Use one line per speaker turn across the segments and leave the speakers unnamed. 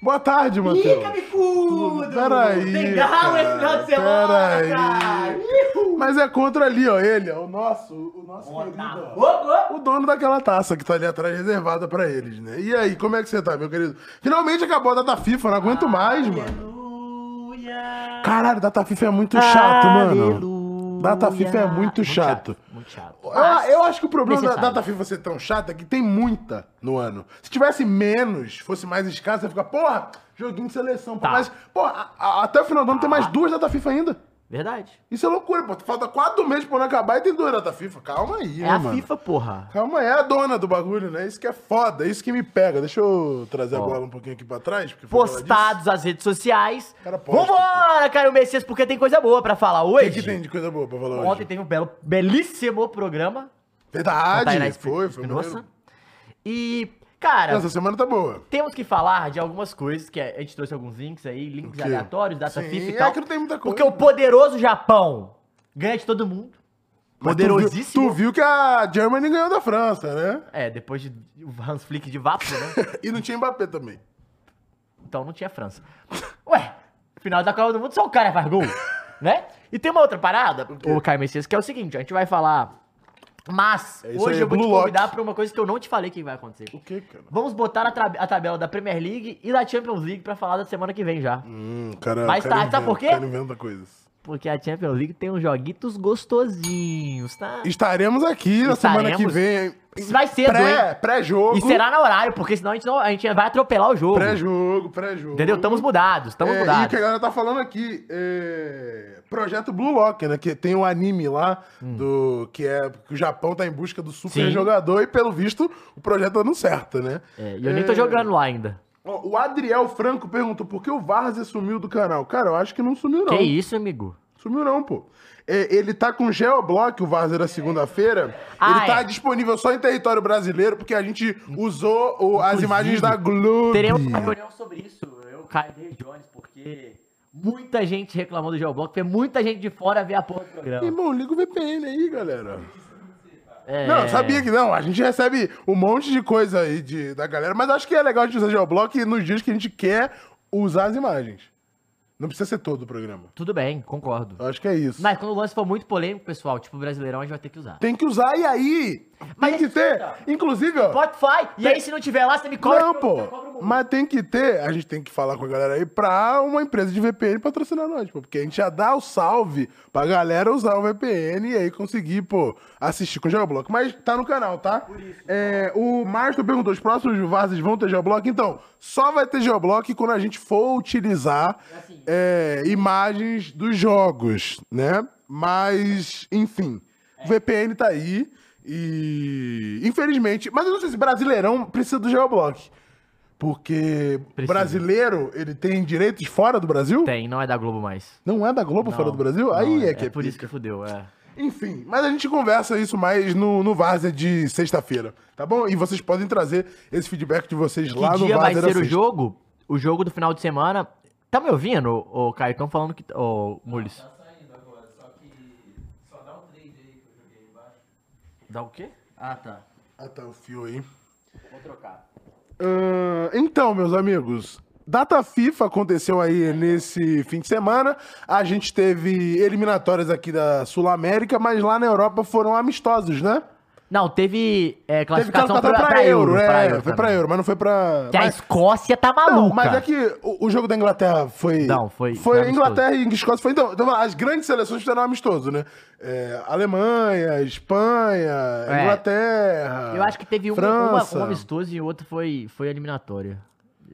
Boa tarde,
Ih,
Matheus.
cabecudo!
Peraí,
Tem galo esse final de semana,
peraí.
cara! Ihu!
Mas é contra ali, ó, ele, ó, o nosso, o nosso
Tá
querido, ó.
Ô, ô!
O dono daquela taça que tá ali atrás reservada pra eles, né? E aí, como é que você tá, meu querido? Finalmente acabou a data FIFA, não aguento mais, mano.
Aleluia!
Caralho, data FIFA é muito chato, mano.
Ah, Aleluia.
Data FIFA é muito chato. Ah,
Muito chato. Ah,
Eu, eu acho que o problema da
Necessário.
data FIFA ser tão chata é que tem muita no ano. Se tivesse menos, fosse mais escassa, você fica, porra, joguinho de seleção. pô.
Tá.
Mas, porra, a- a- até o final do ano tem mais duas data FIFA ainda.
Verdade.
Isso é loucura, pô. Falta quatro meses pra não acabar e tem duas data FIFA. Calma aí,
É
né,
a
mano?
FIFA, porra.
Calma aí, é a dona do bagulho, né? Isso que é foda, isso que me pega. Deixa eu trazer a
Ó.
bola um pouquinho aqui pra trás. Porque foi falar disso.
Postados às redes sociais.
Cara, posta,
Vambora, Caio Messias, porque tem coisa boa pra falar
O que, que
hoje.
tem de coisa boa pra falar
Ontem
hoje?
teve um belo, belíssimo programa.
Verdade,
Tainá Espi-
foi, foi
Espinosa.
maneiro.
E, cara,
Essa semana tá boa.
temos que falar de algumas coisas, que é, a gente trouxe alguns links aí, links
quê?
aleatórios, data
Sim,
FIFA e
é
tal.
que não tem muita coisa.
Porque o poderoso Japão ganha de todo mundo.
Mas
Poderosíssimo.
Tu viu, tu viu que a Germany ganhou da França, né?
É, depois de o Hans Flick de Vapo, né?
E não tinha Mbappé também.
Então não tinha França. Ué, final da Copa do Mundo só o cara faz gol, né? E tem uma outra parada, o Caio Messias, que é o seguinte, a gente vai falar, mas
É isso
hoje
aí,
eu vou te
Blue Lock.
convidar pra uma coisa que eu não te falei que vai acontecer.
O que, cara?
Vamos botar a, tra- a tabela da Premier League e da Champions League pra falar da semana que vem já.
Hum, cara,
Mais
cara
tarde, tá, sabe
inventa-
por quê?
cara inventa coisas.
Porque a Champions League tem uns joguitos gostosinhos, tá?
Estaremos aqui na semana que
Estaremos.
vem. em
Vai cedo,
pré,
hein?
Pré-jogo.
E será é na horário, porque senão a gente, não, a gente vai atropelar o jogo.
Pré-jogo, pré-jogo.
Entendeu? Estamos mudados, estamos
É, e o que
mudados.
a galera tá falando aqui, é, projeto Blue Lock, né? Que tem um anime lá do que é que o Japão tá em busca do super
Hum. Sim.
jogador e pelo visto o projeto tá dando certo, né?
É, e eu nem tô jogando lá ainda.
Ó, o Adriel Franco perguntou por que o Várzea sumiu do canal. Cara, eu acho que não sumiu não.
Que isso, amigo?
Sumiu não, pô. É, ele tá com Geoblock, o Várzea da segunda-feira.
Ah,
ele tá
é.
disponível só em território brasileiro porque a gente usou o- as
Inclusive,
imagens da Globo.
Teremos uma reunião sobre isso, eu, Caio e Jones, porque muita gente reclamou do Geoblock, porque muita gente de fora vê a porra do programa.
Irmão, liga o VPN aí, galera.
É,
Não, eu sabia que não. A gente recebe um monte de coisa aí de, da galera, mas acho que é legal a gente usar Geoblock nos dias que a gente quer usar as imagens. Não precisa ser todo o programa.
Tudo bem, concordo.
Eu acho que é isso.
Mas quando o lance for muito polêmico, pessoal, tipo brasileirão, a gente vai ter que usar.
Tem que usar e aí.
Mas
tem que ter.
escuta.
Inclusive, ó.
Spotify, e aí se não tiver lá, você me cobra.
Não,
que eu-
pô.
eu cobro muito.
Mas tem que ter. A gente tem que falar com a galera aí pra uma empresa de VPN patrocinar nós, pô. Porque a gente já dá o salve pra galera usar o VPN e aí conseguir, pô, assistir com o Geoblock. Mas tá no canal, tá? É, o Márcio perguntou: os próximos Varzes vão ter Geoblock? Então, só vai ter Geoblock quando a gente for utilizar
assim.
é, imagens dos jogos, né? Mas, enfim. O VPN tá aí. E infelizmente, mas eu não sei se brasileirão precisa do Geoblock. Porque
Precisa.
brasileiro, ele tem direitos fora do Brasil?
Tem, não é da Globo mais.
Não é da Globo fora
Não,
do Brasil?
não,
Aí é, que é,
por isso
pica.
que fudeu, é.
Enfim, mas a gente conversa isso mais no, no Várzea de sexta-feira, tá bom? E vocês podem trazer esse feedback de vocês
Que
lá no
dia vai
Várzea da
ser o
sexta.
jogo? O jogo do final de semana. Tá me ouvindo, ô ô, Caio? Estão falando que. Ô, Mules. um Dá o quê? Ah, tá.
Ah, tá, o fio aí.
Vou trocar.
Ahn, então, meus amigos, data FIFA aconteceu aí nesse fim de semana. A gente teve eliminatórias aqui da Sul América, mas lá na Europa foram amistosos, né?
Não, teve é,
Teve
classificação
classificação
pra,
pra, Euro,
né?
é, foi pra Euro, mas não foi pra...
Que a
mas-
Escócia tá maluca.
não, mas é que o, o jogo da Inglaterra foi.
Não, foi- foi
Foi
amistoso.
Inglaterra e Escócia. Foi, então, então, as grandes seleções fizeram amistoso, né? É, Alemanha, Espanha,
É.
Inglaterra.
Eu acho que teve uma, uma,
França.
um amistoso e outro foi, foi eliminatória.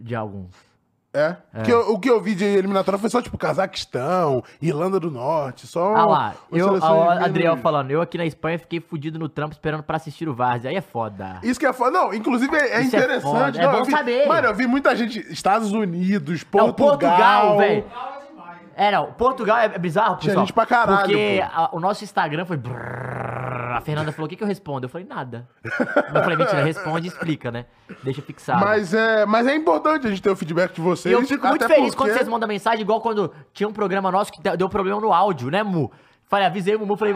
De alguns.
É. Porque eu- o que eu vi de eliminatória foi só, tipo, Cazaquistão, Irlanda do Norte, só.
Ah lá,
umas
eu,
seleções
a,
menos-
Adriel falando, eu aqui na Espanha fiquei fudido no trampo esperando pra assistir o Várzea. Aí é foda.
Isso que é foda. Não, inclusive é, é
Isso é
interessante.
foda, é
não, eu
bom
vi-
saber.
Mano, eu vi muita gente. Estados Unidos,
Não,
Portugal.
velho. É, não, Portugal é é bizarro,
Tinha
pessoal.
gente pra caralho,
Porque
pô.
a- o nosso Instagram foi... brrr, a Fernanda falou, o que, que eu respondo? Eu falei, nada. Eu falei, mentira, responde e explica, né? Deixa fixado.
Mas é, mas é importante a gente ter o feedback de
E
vocês.
eu fico muito
até
feliz
porque-
quando vocês mandam mensagem, igual quando tinha um programa nosso que deu problema no áudio, né, Mu? Falei, avisei o Mumu, falei.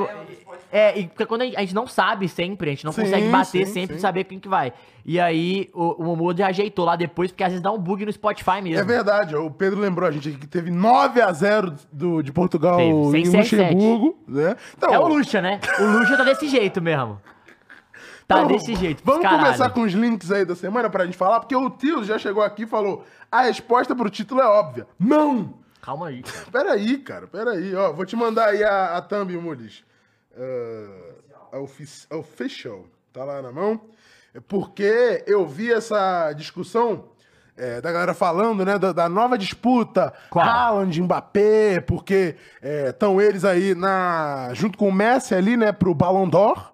É, e porque quando a gente, a gente não sabe sempre, a gente não
Sim,
consegue bater
sim,
sempre e
sim.
saber quem que vai. E aí o, o Mumu já ajeitou lá depois, porque às vezes dá um bug no Spotify mesmo.
É verdade, o Pedro lembrou a gente aqui que teve 9x0 do, de Portugal
Teve,
em
6-7.
Luxemburgo, né? Então,
É o Lucha, né? O Lucha tá desse jeito mesmo. Tá
então,
desse jeito.
Vamos
caralho.
começar com os links aí da semana pra gente falar, porque o Tio já chegou aqui e falou: a resposta pro título é óbvia. Não!
Calma aí.
Né?
cara.
Peraí, cara, peraí, ó. Vou te mandar aí a, a thumb, Mules. Ah, a ofici- a official. Tá lá na mão. É porque eu vi essa discussão é, da galera falando, né? Da, da nova disputa.
Qual?
Haaland, Mbappé, porque estão eles aí na, junto com o Messi ali, né? Pro Ballon d'Or.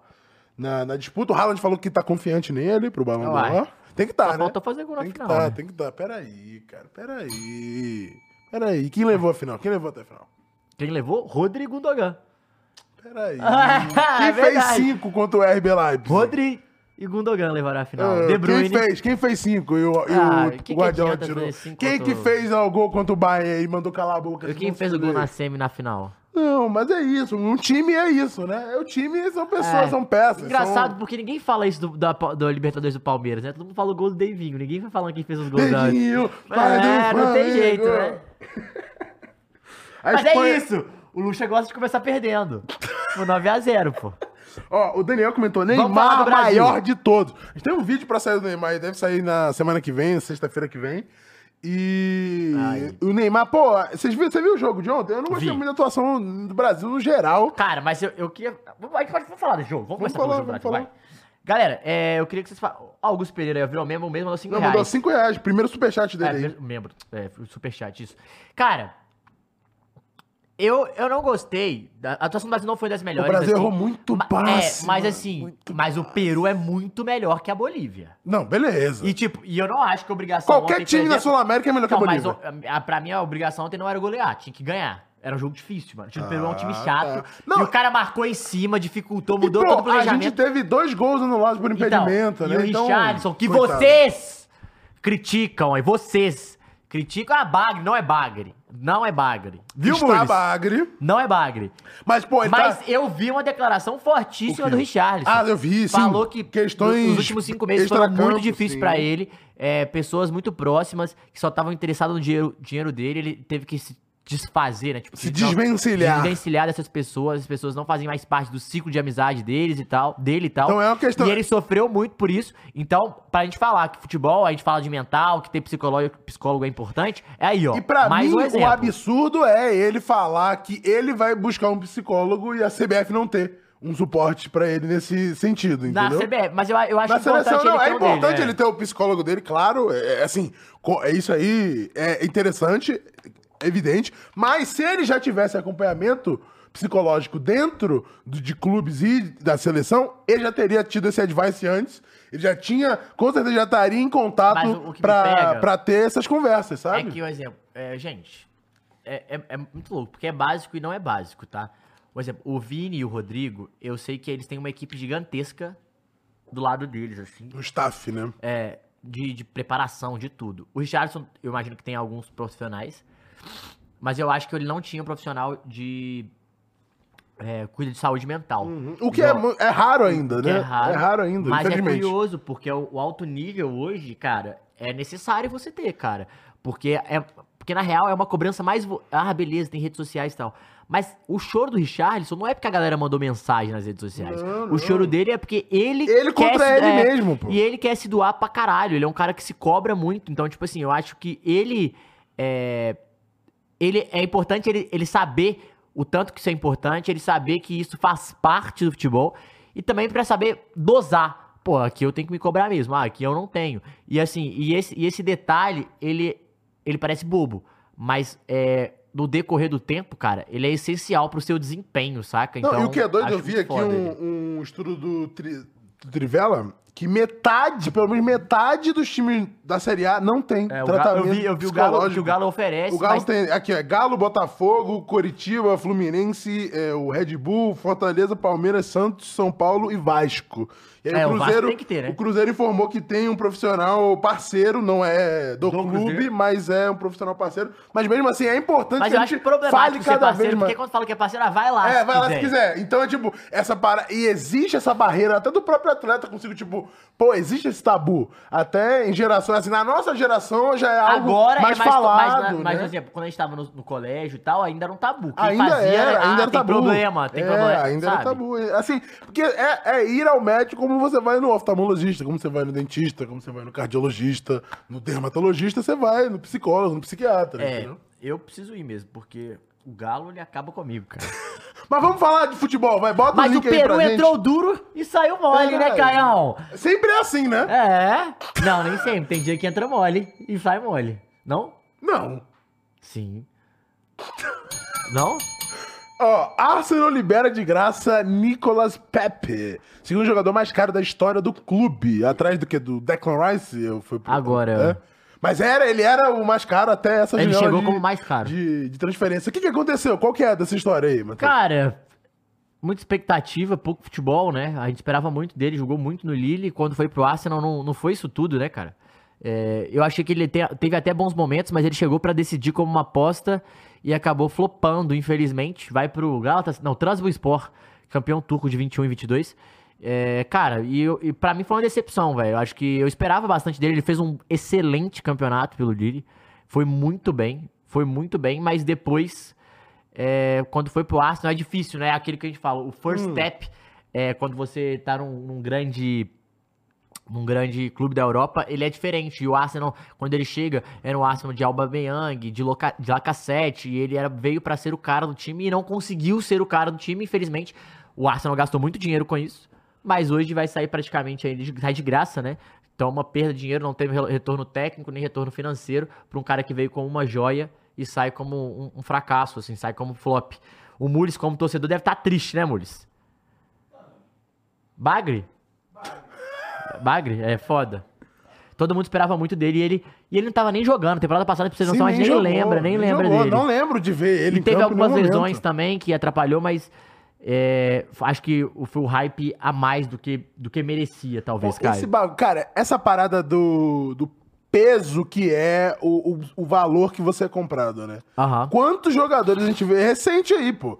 Na, na disputa. O Haaland falou que tá confiante nele pro Ballon
Uai.
d'Or. Tem que estar,
Só
né?
falta fazer gol na
tem que
final,
tá,
né?
tem que dar. Peraí, cara, peraí. Peraí, quem levou a final? Quem levou até a final?
Quem levou? Rodrigo Gundogan.
Peraí.
É
quem fez
verdade.
5 contra o RB Leipzig?
Rodrigo e Gundogan levaram a final.
Ah,
De Bruyne.
Quem fez? Quem fez 5 e o, e
Ah,
o
que que
Guardiola
adianta
tirou?
fazer cinco
Quem
contra
que
o-
fez o gol contra o Bayern e mandou calar a boca?
E Quem
Não
fez o
sei.
gol na semi na final?
Não, mas é isso. Um time é isso, né? É o time, são pessoas,
É.
são peças.
Engraçado,
Ah, São...
porque ninguém fala isso do, da, do Libertadores do Palmeiras, né? Todo mundo fala o gol do Deivinho, ninguém vai falando quem fez os gols da...
Dedinho, pai
É,
do
não tem
Flamengo.
jeito, né?
um A
Mas
Espanha-
é isso! O Lucha gosta de começar perdendo. Tipo, Foi 9x0, pô.
Ó, o Daniel comentou,
falar do
Neymar é
Brasil.
maior de todos. A gente tem um vídeo pra sair do Neymar, e deve sair na semana que vem, sexta-feira que vem. E
Ai.
o Neymar, pô, vocês viram- você viu o jogo de ontem? Eu não gostei
Vi.
muito da atuação do Brasil no geral.
Cara, mas eu, eu queria. Vamos- A gente pode vamos falar do jogo. Vamos,
Vamos
começar pelo
falar,
jogo,
vamos
Brasil, vai.
falar.
Galera, é, eu queria que vocês falassem. Augusto Pereira virou membro mesmo, mandou 5
Não,
reais.
mandou 5 reais, primeiro superchat
É,
dele. aí.
mesmo- membro. É, foi superchat, isso. Cara, eu, eu não gostei. da- A atuação do Brasil não foi das
o
melhores.
Brasil
assim.
errou muito
Ma-
passe.
É, mas
mano,
assim,
muito
mas o
passe.
Peru é muito melhor que a Bolívia.
Não, beleza.
E tipo, e eu não acho que a obrigação.
Qualquer
ontem, por
time da
exemplo-
Sul-América é melhor que a
Não,
Bolívia.
mas o- a- pra mim a obrigação ontem não era golear, tinha que ganhar. Era um jogo difícil, mano. O time do Peru é um time
Ah,
chato.
tá. Não.
e o cara marcou em cima, dificultou,
E,
mudou
pô,
todo o
a gente
planejamento.
teve dois gols anulados por impedimento,
então,
né?
E o
Então,
Richarlison, que
coitado.
vocês criticam, aí vocês criticam. Ah, bagre, não é bagre. Não é bagre. Viu,
Está
Mules?
bagre.
Não é bagre.
Mas, pô, ele tá-
Mas eu vi uma declaração
O
fortíssima
quê?
do Richarlison.
Ah, eu vi, sim.
Falou que
Questões
no- os últimos cinco meses foram
extracampo,
muito difíceis
sim.
pra ele. é, pessoas muito próximas que só estavam interessadas no dinheiro, dinheiro dele. Ele teve que se desfazer, né? Tipo,
Se
não-
desvencilhar.
Desvencilhar dessas pessoas. As pessoas não fazem mais parte do ciclo de amizade deles e tal. Dele e tal.
Então é uma questão-
E ele sofreu muito por isso. Então, pra gente falar que futebol, a gente fala de mental, que ter psicólogo, psicólogo é importante. É aí, ó.
E pra
mais
mim,
um
o
exemplo.
absurdo é ele falar que ele vai buscar um psicólogo e a CBF não ter um suporte pra ele nesse sentido,
Na
entendeu?
CBF, mas eu, eu acho
Na seleção, não, é
ter um dele,
importante
é.
ele ter o psicólogo dele, claro, é, é assim, co- é isso aí é interessante, é evidente, mas se ele já tivesse acompanhamento psicológico dentro do- de clubes e da seleção, ele já teria tido esse advice antes, ele já tinha, com certeza já estaria em
Mas o- o
contato
que me
pra,
pega-
pra ter essas conversas,
É
sabe?
que o exemplo. é, gente, é, é- é muito louco, porque é básico e não é básico, tá? Por exemplo, o Vini e o Rodrigo, eu sei que eles têm uma equipe gigantesca do lado deles, assim.
O staff, né?
é, de, de preparação, de tudo. O Richardson, eu imagino que tem alguns profissionais, mas eu acho que ele não tinha um profissional de. É, cuida de saúde mental.
O que
Igual-
é, mu- é raro ainda,
Uhum. que
né? ainda,
Mas é
infelizmente.
curioso, porque o, o alto nível hoje, cara, é necessário você ter, cara. Porque, é, porque na real é uma cobrança mais. vo- Ah, beleza, tem redes sociais e tal. Mas o choro do Richarlison não é porque a galera mandou mensagem nas redes sociais.
Não, não.
né? O choro dele é porque ele.
Ele contra
se-
ele
é,
mesmo, pô.
E ele quer se doar pra caralho. Ele é um cara que se cobra muito. Então, tipo assim, eu acho que ele. É, ele é importante ele, ele saber o tanto que isso é importante, ele saber que isso faz parte do futebol e também pra saber dosar. Pô, aqui eu tenho que me cobrar mesmo, ah, aqui eu não tenho. E assim, e esse, e esse detalhe, ele, ele parece bobo, mas é, no decorrer do tempo, cara, ele é essencial pro seu desempenho, saca? Então,
Não, e o que é doido,
acho
eu vi
muito
aqui
foda ele.
um, um estudo do, Tri- do Trivela, que metade, pelo menos metade dos times da Série A não tem
É, o Galo,
tratamento
eu vi, eu vi o Galo, que o
psicológico.
Galo oferece,
O Galo
mas
tem. Aqui, é Galo, Botafogo, Coritiba, Fluminense, é, o Red Bull, Fortaleza, Palmeiras, Santos, São Paulo e Vasco. E aí
É, o
o
Vasco
Cruzeiro.
tem que ter, né?
O Cruzeiro informou que tem um profissional parceiro, não é do,
Do
clube,
Cruzeiro.
mas é um profissional parceiro. Mas mesmo assim, é importante
mas eu acho problemático ser parceiro,
mais.
porque quando fala que é parceiro, ah, vai lá.
É, vai lá se quiser. Então é tipo, essa para E existe essa barreira, até do próprio atleta consigo, tipo, pô, existe esse tabu. Até em geração, assim, na nossa geração já é algo
Agora
mais,
é mais
falado.
Mas, mas,
né?
por exemplo, quando a gente tava no, no colégio e tal, ainda era um tabu. Quem
ainda
fazia
era, ainda
ah,
era
tem
tabu.
problema, tem
é,
problema.
ainda
sabe?
era tabu. Assim, porque é, é ir ao médico como você vai no oftalmologista, como você vai no dentista, como você vai no cardiologista, no dermatologista, você vai no psicólogo, no psiquiatra,
É,
né? entendeu?
eu preciso ir mesmo, porque o Galo ele acaba comigo, cara.
Mas vamos falar de futebol, vai, bota
Mas
o
o
link aí pra
Peru
gente. É,
entrou duro e saiu mole, né,
Caralho.
Caião?
Sempre é assim, né?
É. Não, nem sempre. Tem dia que entra mole e sai mole. Não?
Não.
Sim. Não?
Ó, Arsenal libera de graça Nicolas Pepe, segundo jogador mais caro da história do clube, atrás do que do Declan Rice, eu fui pro-
Agora.
É. Mas era, ele era o mais caro até essa
Ele
janela
chegou
de-
como mais caro.
de, de transferência. O que, que aconteceu? Qual que é dessa história aí, Matheus?
Cara, muita expectativa, pouco futebol, né? A gente esperava muito dele, jogou muito no Lille. Quando foi pro Arsenal, não, não foi isso tudo, né, cara? É, eu achei que ele te- teve até bons momentos, mas ele chegou pra decidir como uma aposta e acabou flopando, infelizmente. Vai pro Galatasaray, não, Trabzonspor, campeão turco de 21 e 22. É, cara, e, eu- e para mim foi uma decepção, velho. Eu acho que eu esperava bastante dele. Ele fez um excelente campeonato pelo Lille. Foi muito bem, foi muito bem, mas depois é, quando foi pro Arsenal é difícil, né? É Aquilo que a gente fala, o first step, é, quando você tá num, num grande num grande clube da Europa, ele é diferente. E o Arsenal, quando ele chega, era um Arsenal de Alba Meyang, de, Loca, de Lacazette, e ele era, veio pra ser o cara do time e não conseguiu ser o cara do time, infelizmente. O Arsenal gastou muito dinheiro com isso, mas hoje vai sair praticamente aí, de- sai de graça, né? Então é uma perda de dinheiro, não teve re- retorno técnico nem retorno financeiro pra um cara que veio como uma joia e sai como um, um fracasso, assim, sai como flop. O Mules, como torcedor, deve estar triste, né, Mules? Bagre? Bagre? É foda. Todo mundo esperava muito dele e ele, e ele não tava nem jogando. Temporada passada, pra vocês não
Sim,
são, a gente nem
jogou,
lembra, nem lembra
jogou.
dele.
Não lembro de ver ele
E teve algumas lesões
também.
também que atrapalhou, mas é, acho que o- foi o hype a mais do que, do que merecia, talvez, cara.
Esse bagulho, cara, essa parada do, do peso que é o, o, o valor que você é comprado, né?
Aham.
Quantos jogadores a gente vê recente aí, pô?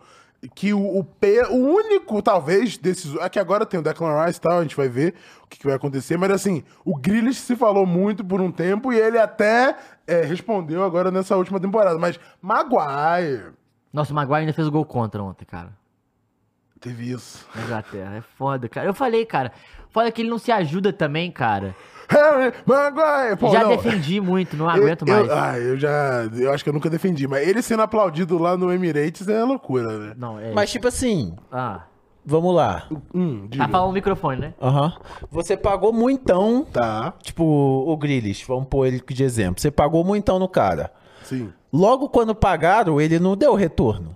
Que o, o, pe- o único, talvez, desses. É que agora tem o Declan Rice e tal, a gente vai ver o que, que vai acontecer. Mas assim, o Grealish se falou muito por um tempo e ele até é, respondeu agora nessa última temporada. Mas Maguire
Nossa, o Maguire ainda fez o gol contra ontem, cara.
teve isso.
Na Inglaterra, é foda, cara. Eu falei, cara. Foda que ele não se ajuda também, cara.
Harry Maguire! Pô,
Já
não.
defendi muito, não aguento
eu,
mais.
Eu, ah, eu já. Eu acho que eu nunca defendi, mas ele sendo aplaudido lá no Emirates é loucura, né?
Não, é.
Mas tipo assim,
Ah,
vamos lá.
Hum,
tá
diga.
falando no microfone, né?
Aham. Você pagou muitão,
Tá,
tipo o Grilis, vamos pôr ele de exemplo. Você pagou muitão no cara.
sim.
Logo quando pagaram, ele não deu retorno.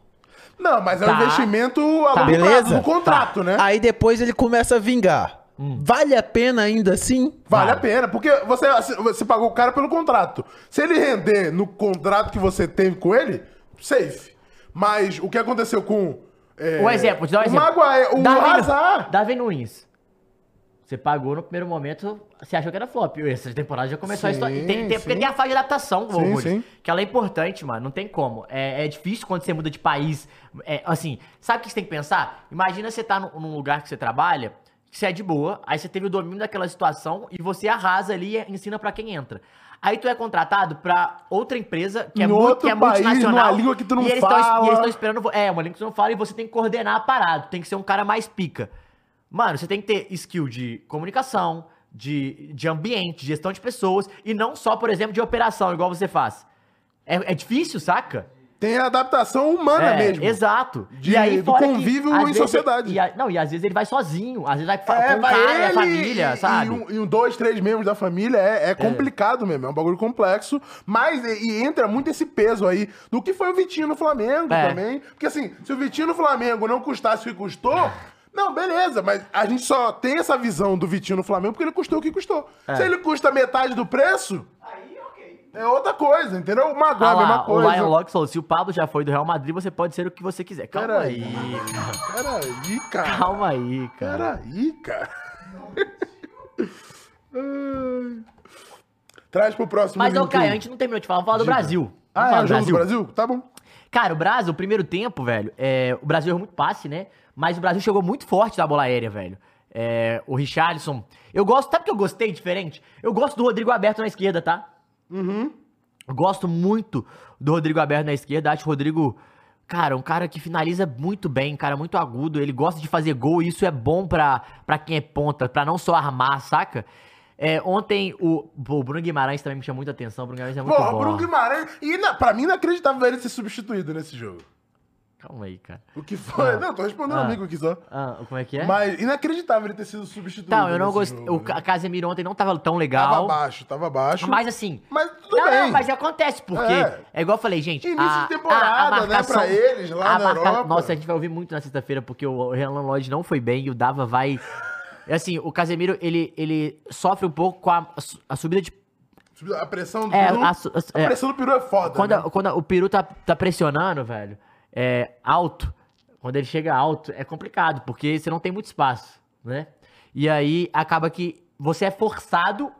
Não, mas é
Tá.
um investimento a
Tá.
longo prazo,
Beleza?
no contrato, né?
Aí depois ele começa a vingar.
Hum.
Vale a pena ainda assim?
Vale a pena, porque você, você pagou o cara pelo contrato. Se ele render no contrato que você teve com ele, safe. Mas o que aconteceu com. é,
Um exemplo, te dá um
o
exemplo.
Maguire, o
Darwin-
Hazard.
Darwin Nunes. Você pagou no primeiro momento, você achou que era flop. Essa temporada já começou a
Sim,
história. Tem, tem, porque
sim.
tem a fase de adaptação,
Sim,
Romulo,
sim.
que ela é importante, mano. Não tem como. É, é difícil quando você muda de país. É, assim, sabe o que você tem que pensar? Imagina você tá num, num lugar que você trabalha, que você é de boa, aí você teve o domínio daquela situação e você arrasa ali e ensina pra quem entra. Aí tu é contratado pra outra empresa que é,
Em
muito,
outro
que é
país,
multinacional.
numa língua que tu não
e eles tão- e
fala.
eles tão esperando. vo- É, uma língua que você não fala e você tem que coordenar a parada. Tem que ser um cara mais pica. Mano, você tem que ter skill de comunicação, de, de ambiente, de gestão de pessoas e não só, por exemplo, de operação, igual você faz. É, é difícil, saca?
Tem a adaptação humana
é,
mesmo.
Exato.
De- do
fora que,
convívio
às
em
vezes,
sociedade.
e a- não, e às vezes ele vai sozinho, às vezes vai fa-
É,
com um
vai
cara e a
ele
família,
e-
sabe?
E um, e um dois, três membros da família é, é complicado mesmo, é um bagulho complexo. Mas e, e entra muito esse peso aí do que foi o Vitinho no Flamengo
É.
também. Porque assim, se o Vitinho no Flamengo não custasse o que custou, Não, beleza, mas a gente só tem essa visão do Vitinho no Flamengo porque ele custou o que custou.
É.
Se ele custa metade do preço,
Aí, ok.
é outra coisa, entendeu? O Maguire é
Ah
a mesma
lá, o
coisa.
Lion Locke falou, se o Pablo já foi do Real Madrid, você pode ser o que você quiser. Calma
Pera
aí, cara.
Peraí, cara.
calma aí, cara.
Peraí, cara. Ai. Traz pro próximo
Mas, ô,
link
Caio, a
aí.
gente não terminou de falar, vamos falar do Brasil. Vamos
Ah,
falar
é o
do
jogo do
Brasil.
Brasil? Tá bom.
Cara, o Brasil, o primeiro tempo, velho, é, o Brasil errou muito passe, né? Mas o Brasil chegou muito forte da bola aérea, velho. É, o Richarlison. Eu gosto, sabe o que eu gostei diferente? Eu gosto do Rodrigo Aberto na esquerda, tá? Uhum. Gosto muito do Rodrigo Aberto na esquerda. Acho o Rodrigo, cara, um cara que finaliza muito bem, cara, muito agudo. Ele gosta de fazer gol e isso é bom pra, pra quem é ponta, pra não só armar, saca? É, ontem o, pô, o Bruno Guimarães também me chamou muita atenção. O Bruno Guimarães é muito
Porra,
bom.
Bruno Guimarães. E na, pra mim, inacreditável ele ser substituído nesse jogo.
Calma aí, cara.
O que foi?
Ah.
Não, tô respondendo um
Ah.
amigo aqui só.
Ah, como é que é?
Mas inacreditável ele ter sido substituído.
Então, eu não
nesse
gostei.
jogo,
O
né?
Ca- Casemiro ontem não tava tão
Tava
legal.
abaixo, tava abaixo. Mas,
Mas assim.
tudo
não,
bem.
não, mas acontece, porque.
É.
É, igual eu falei, gente.
Início de temporada, né, pra eles, lá
a
na
marca-
Europa.
Nossa, a gente vai ouvir muito na sexta-feira, porque o Renan Lodge não foi bem e o Dava vai. Assim, o Casemiro, ele, ele sofre um pouco com a, a subida de.
A pressão do
É,
peru.
a,
A,
su- a- é,
pressão do peru é foda.
quando,
né?
a- quando a- o Peru tá, tá pressionando, velho, é, alto, quando ele chega alto, é complicado, porque você não tem muito espaço, né? E aí acaba que você é forçado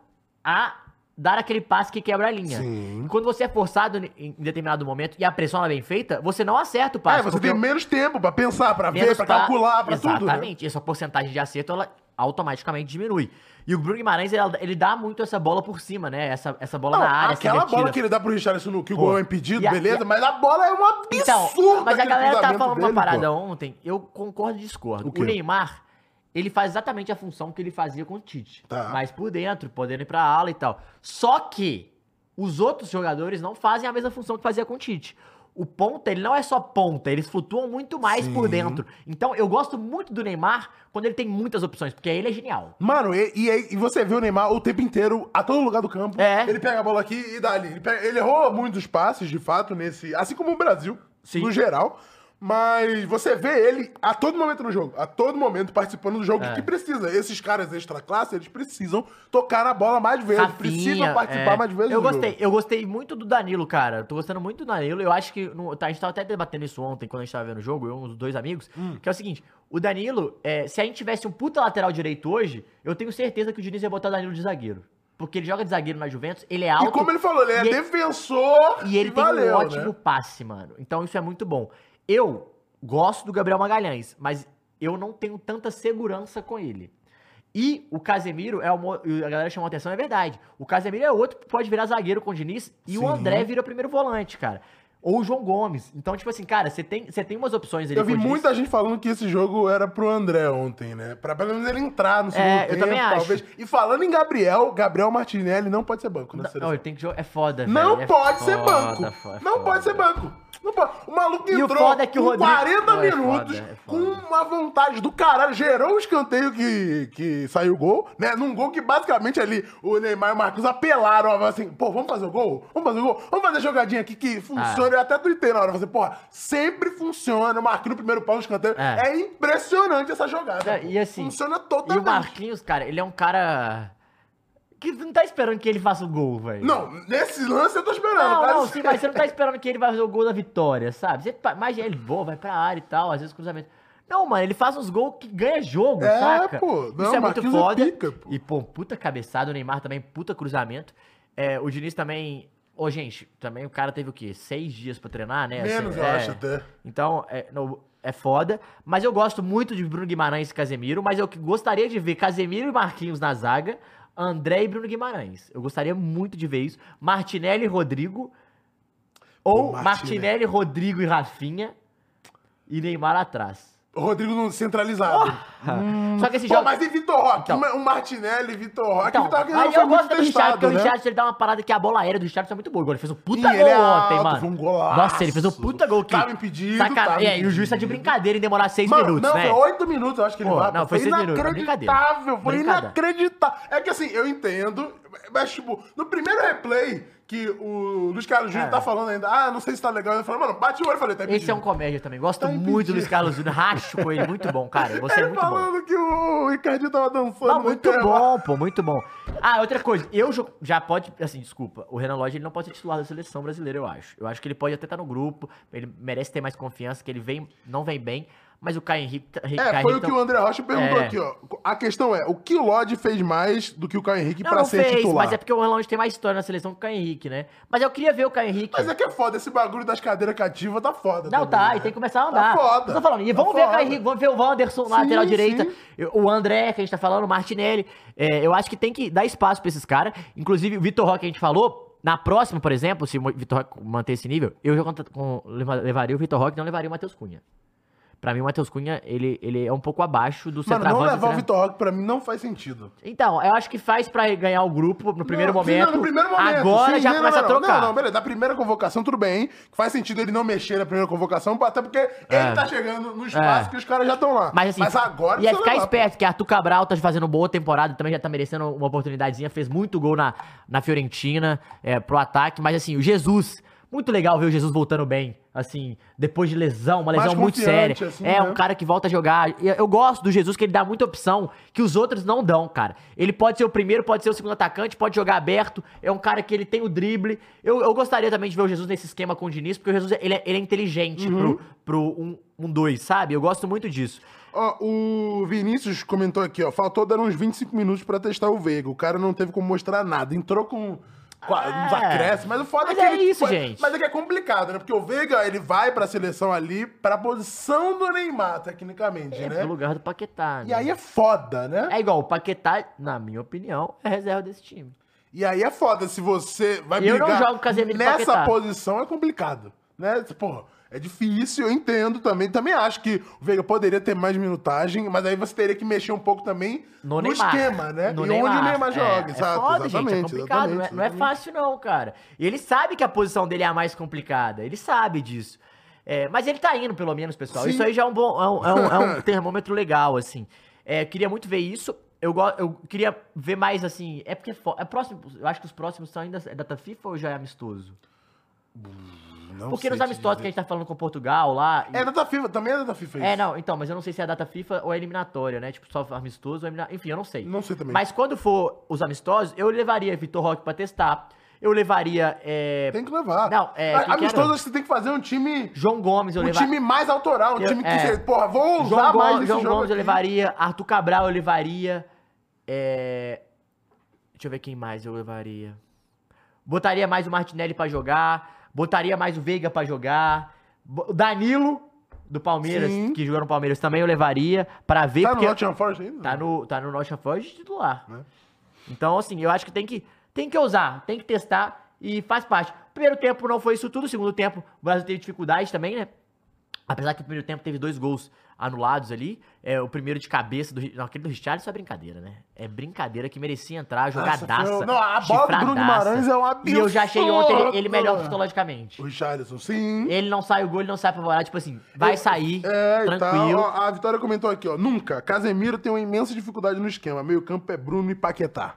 a dar aquele passe que quebra a linha.
Sim.
Quando você é forçado em- em determinado momento e a pressão ela é bem feita, você não acerta o passe.
É, você
porque
tem menos tempo pra pensar, pra ver,
menos
pra
pa-
calcular, pra tudo. né?
Exatamente. E essa porcentagem de acerto, ela automaticamente diminui. E o Bruno Guimarães, ele, ele dá muito essa bola por cima, né? Essa, essa bola
Não,
na área. essa
aquela bola
metida.
que ele dá pro Richarlison no que o
Pô.
gol é impedido,
E a-
beleza,
e a-
mas a bola é um
Então,
absurdo.
mas a
aquele
galera tava
cruzamento
falando
dele,
uma parada
pô.
ontem. Eu concordo e discordo.
O
O,
quê?
Neymar, ele faz exatamente a função que ele fazia com o Tite.
Tá.
Mas por dentro, podendo ir pra ala e tal. Só que os outros jogadores não fazem a mesma função que fazia com o Tite. O ponta, ele não é só ponta, eles flutuam muito mais por
Sim.
dentro. Então, eu gosto muito do Neymar quando ele tem muitas opções, porque aí ele é genial.
Mano, e, e, aí- e você vê o Neymar o tempo inteiro, a todo lugar do campo.
É.
Ele pega a bola aqui e dá ali. Ele, pega- ele errou muitos passes, de fato, nesse. Assim como o Brasil,
Sim.
no geral. Mas você vê ele a todo momento no jogo, a todo momento participando do jogo
É.
que precisa. Esses caras extra classe, eles precisam tocar a bola mais vezes,
Rafinha,
precisam participar
é.
mais vezes
Eu
do
gostei,
jogo.
eu gostei muito do Danilo, cara. Eu Tô gostando muito do Danilo. Eu acho que. no- tá, a gente tava até debatendo isso ontem quando a gente tava vendo o jogo, eu e uns dois amigos.
Hum.
Que é o seguinte: o Danilo, é, se a gente tivesse um puta lateral direito hoje, eu tenho certeza que o Diniz ia botar o Danilo de zagueiro. Porque ele joga de zagueiro na Juventus, ele é alto.
E como ele falou, ele é
e ele-
defensor
E ele
e
tem
valeu,
um ótimo
né?
passe, mano. Então isso é muito bom. Eu gosto do Gabriel Magalhães, mas eu não tenho tanta segurança com ele. E o Casemiro é uma, e a galera chamou atenção, é verdade. O Casemiro é outro que pode virar zagueiro com o Diniz
Sim.
e o André vira primeiro volante, cara. Ou o João Gomes. Então, tipo assim, cara, você tem, você tem umas opções ali
Eu vi
com o Diniz.
muita gente falando que esse jogo era pro André ontem, né? Pra pelo menos ele entrar no segundo
É, eu
tempo,
também acho.
talvez. E falando em Gabriel, Gabriel Martinelli não pode ser banco na
Não,
seleção.
Não, ele tem que jogar. É foda,
Não
velho, é
pode ser
foda,
banco.
foda, é
não
foda.
pode ser banco. Não pode. O maluco
E o
entrou
foda é que o
com
Rodrigo-
40
Não, é
minutos
foda, é
com
foda.
uma vontade do caralho. Gerou o escanteio que, que saiu o gol, né? Num gol que basicamente ali o Neymar e o Marcos apelaram. falaram Assim, pô, vamos fazer o gol? Vamos fazer o gol? Vamos fazer a jogadinha aqui que
Ah.
funciona. Eu até tuitei na hora. eu Falei, porra, sempre funciona. O Marquinhos no primeiro pau no escanteio. É,
É.
impressionante essa jogada.
Não,
pô.
e assim,
Funciona
E o
totalmente.
Marquinhos, cara, ele é um cara. Que não tá esperando que ele faça o gol, velho.
Não, nesse lance eu tô esperando.
Não,
cara.
não, sim, mas você não tá esperando que ele vai fazer o gol da vitória, sabe? Você, pa- mas ele boa, vai pra área e tal, às vezes cruzamento. Não, mano, ele faz uns gols que ganha jogo,
É,
saca?
pô. Não,
Isso é muito
Marquinhos é
foda.
pica, pô.
E, pô, puta cabeçada, o Neymar também, puta cruzamento. É, o Diniz também... Ô, gente, também o cara teve o quê? Seis dias pra treinar, né?
Menos,
Assim,
eu
é.
acho até.
Então, é, no- é foda. Mas eu gosto muito de Bruno Guimarães e Casemiro, mas eu que- gostaria de ver Casemiro e Marquinhos na zaga, André e Bruno Guimarães. Eu gostaria muito de ver isso. Martinelli e Rodrigo. Ou
Pô, Martinelli.
Martinelli, Rodrigo e Rafinha. E Neymar atrás.
O Rodrigo não centralizado.
Só que esse
Hum. Pô,
jogo.
mas tá e Vitor Roque?
Ah, Então.
O Martinelli, Vitor Roque.
Então,
Vitor Roque ainda
mas
foi
eu
muito
gosto do Richard, porque o
né?
Richard ele dá uma parada que a bola aérea do Richard é muito boa. Ele fez um puta
Sim,
gol
ele é
ontem,
alto,
mano.
foi um golaço.
Nossa, ele fez um puta gol que.
Tava impedido,
Saca-
tava
é, e o juiz tá de
impedido.
brincadeira em demorar seis
Mano,
minutos,
não,
né?
foi oito minutos, eu acho que ele
Pô,
vai.
não, foi seis minutos, é brincadeira.
inacreditável, foi
Brincadeira.
inacreditável. É que assim, eu entendo, mas tipo, no primeiro replay, que que o Luiz Carlos Júnior tá falando ainda, ah, não sei se tá legal. Eu falei, mano, bate o olho. Eu falei, tá
É. Esse é um
impedido.
comédia também. Gosto
Tá
muito do Luiz
impedido.
Carlos Júnior. Racho com ele. Muito bom, cara. Você é
Ele
muito bom.
falando que o Ricardinho tava dançando.
Ah,
no
muito
tema.
bom, pô, muito bom. Ah, outra coisa, eu jo- já pode, assim, desculpa, o Renan Lodge ele não pode ser titular da seleção brasileira, eu acho. Eu acho que ele pode até estar no grupo, ele merece ter mais confiança, que ele vem, não vem bem, mas o Caio Henrique... tá- Henrique-
É,
Caio
foi o
Henrique
que
tá-
o André Rocha perguntou
É.
aqui, ó. A questão é, o que o Lodge fez mais do que o Caio Henrique
Não,
pra
não
ser
fez,
titular?
mas é porque o Renan Lodge tem mais história na seleção que o Caio Henrique, né? Mas eu queria ver o Caio Henrique.
Mas é que é foda, esse bagulho das cadeiras cativas tá foda.
Não,
também,
tá,
né?
e tem que começar a andar.
Tá foda.
Eu tô falando, e
Tá
vamos ver o
foda.
Caio Henrique, vamos ver o Wanderson na
Sim,
lateral
sim.
direita, eu- o André, que a gente tá falando, o Martinelli. É, eu acho que tem que dar espaço pra esses caras. Inclusive, o Vitor Roque, a gente falou, na próxima, por exemplo, se o Vitor Roque manter esse nível, eu já conta- com- leva- levaria o Vitor Roque, não levaria o Matheus Cunha. Pra mim, o Matheus Cunha, ele, ele é um pouco abaixo do
Mano, não
centroavante.
levar o
né?
Vitor Roque pra mim não faz sentido.
Então, eu acho que faz pra ganhar o grupo no primeiro,
Não,
momento,
não, no primeiro momento.
Agora
sim,
já
não,
começa
não,
a trocar.
Não, não, beleza. Da primeira convocação, tudo bem. Que faz sentido ele não mexer na primeira convocação, até porque ele tá chegando no espaço
É.
que os caras já estão lá.
Mas assim,
agora
ia
precisa
ficar
levar.
esperto, que Arthur Cabral tá fazendo boa temporada, também já tá merecendo uma oportunidadezinha, fez muito gol na, na Fiorentina, é, pro ataque, mas assim, o Jesus, muito legal ver o Jesus voltando bem, assim, depois de lesão, uma
Mais
lesão muito séria.
confiante, assim, né?
é, um cara que volta a jogar, E eu gosto do Jesus, que ele dá muita opção, que os outros não dão, cara. Ele pode ser o primeiro, pode ser o segundo atacante, pode jogar aberto, é um cara que ele tem o drible, eu, eu gostaria também de ver o Jesus nesse esquema com o Diniz, porque o Jesus, ele é, ele é inteligente
Uhum.
pro 1-2, um, um dois, sabe? Eu gosto muito disso.
Ó, o Vinícius comentou aqui, ó. Faltou dar uns 25 minutos pra testar o Veiga. O cara não teve como mostrar nada. Entrou com. com a-
É.
Uns acréscimos, mas o foda
Mas
é que.
é
ele-
isso, gente.
Mas é que é complicado, né? Porque o Veiga, ele vai pra seleção ali pra posição do Neymar, tecnicamente,
É, pro
né?
lugar do Paquetá, né?
E aí é foda, né?
É igual, o Paquetá, na minha opinião, é reserva desse time.
E aí é foda, se você vai
Eu
brigar
não jogo Casemiro e
nessa
Paquetá.
posição é complicado, né? Porra, é difícil, eu entendo também. Também acho que o Veiga poderia ter mais minutagem, mas aí você teria que mexer um pouco também
No, Neymar.
esquema, né?
No
e onde o Neymar joga, exato,
é, É foda,
exatamente,
gente, é complicado, não é-
exatamente,
não, é, fácil não, cara. E ele sabe que a posição dele é a mais complicada, ele sabe disso. É, mas ele tá indo, pelo menos, pessoal.
Sim.
Isso aí já é um, bom, é um, é um- é um termômetro legal, assim. É, eu queria muito ver isso. Eu, go- eu queria ver mais, assim... É porque é, fo- é próximo... Eu acho que os próximos são ainda... É data FIFA ou já é amistoso?
Hum, Não
porque
sei
nos
te
amistosos que
dizer.
a gente tá falando com Portugal lá... e-
É data FIFA, também é data FIFA
É,
isso.
não, então, mas eu não sei se é a data FIFA ou é eliminatória, né? Tipo, só amistoso ou eliminatória. Enfim, eu não sei.
Não sei também.
Mas quando for os amistosos, eu levaria Vitor Roque pra testar. Eu levaria. é,
Tem que levar.
Não, é,
A-
quem que
Amistoso,
era?
acho que você tem que fazer um time...
João Gomes eu
Um
levaria.
time mais autoral, um
Eu-
time que,
é.
você, porra, vou usar
João, Go-
mais esse
João
jogo
Gomes eu
aqui.
levaria. Arthur Cabral eu levaria. é, Deixa eu ver quem mais eu levaria. Botaria mais o Martinelli pra jogar. Botaria mais o Veiga pra jogar. Bo- O Danilo, do Palmeiras,
Sim.
que jogou no Palmeiras, também eu levaria. Pra ver.
Tá no
porque-
Nottingham Forest ainda?
Tá no, tá no Nottingham Forest de titular.
Né?
Então, assim, eu acho que tem que, tem que usar, tem que testar e faz parte. Primeiro tempo não foi isso tudo, segundo tempo o Brasil teve dificuldade também, né? Apesar que o primeiro tempo teve dois gols anulados ali. É, o primeiro de cabeça do. Ri- Não, aquele do Richarlison é brincadeira, né? É brincadeira que merecia entrar,
Nossa,
jogadaça.
foi- não, a bola do Bruno
chifradaça.
Guimarães é um
E eu já achei ontem ele, ele melhor
absurdo.
psicologicamente.
O Richarlison, sim.
Ele não sai o gol, ele não sai apavorado, tipo assim, vai sair,
É, e tal.
tranquilo.
Ó, a Vitória comentou aqui, ó. Nunca. Casemiro tem uma imensa dificuldade no esquema. Meio campo é Bruno e Paquetá.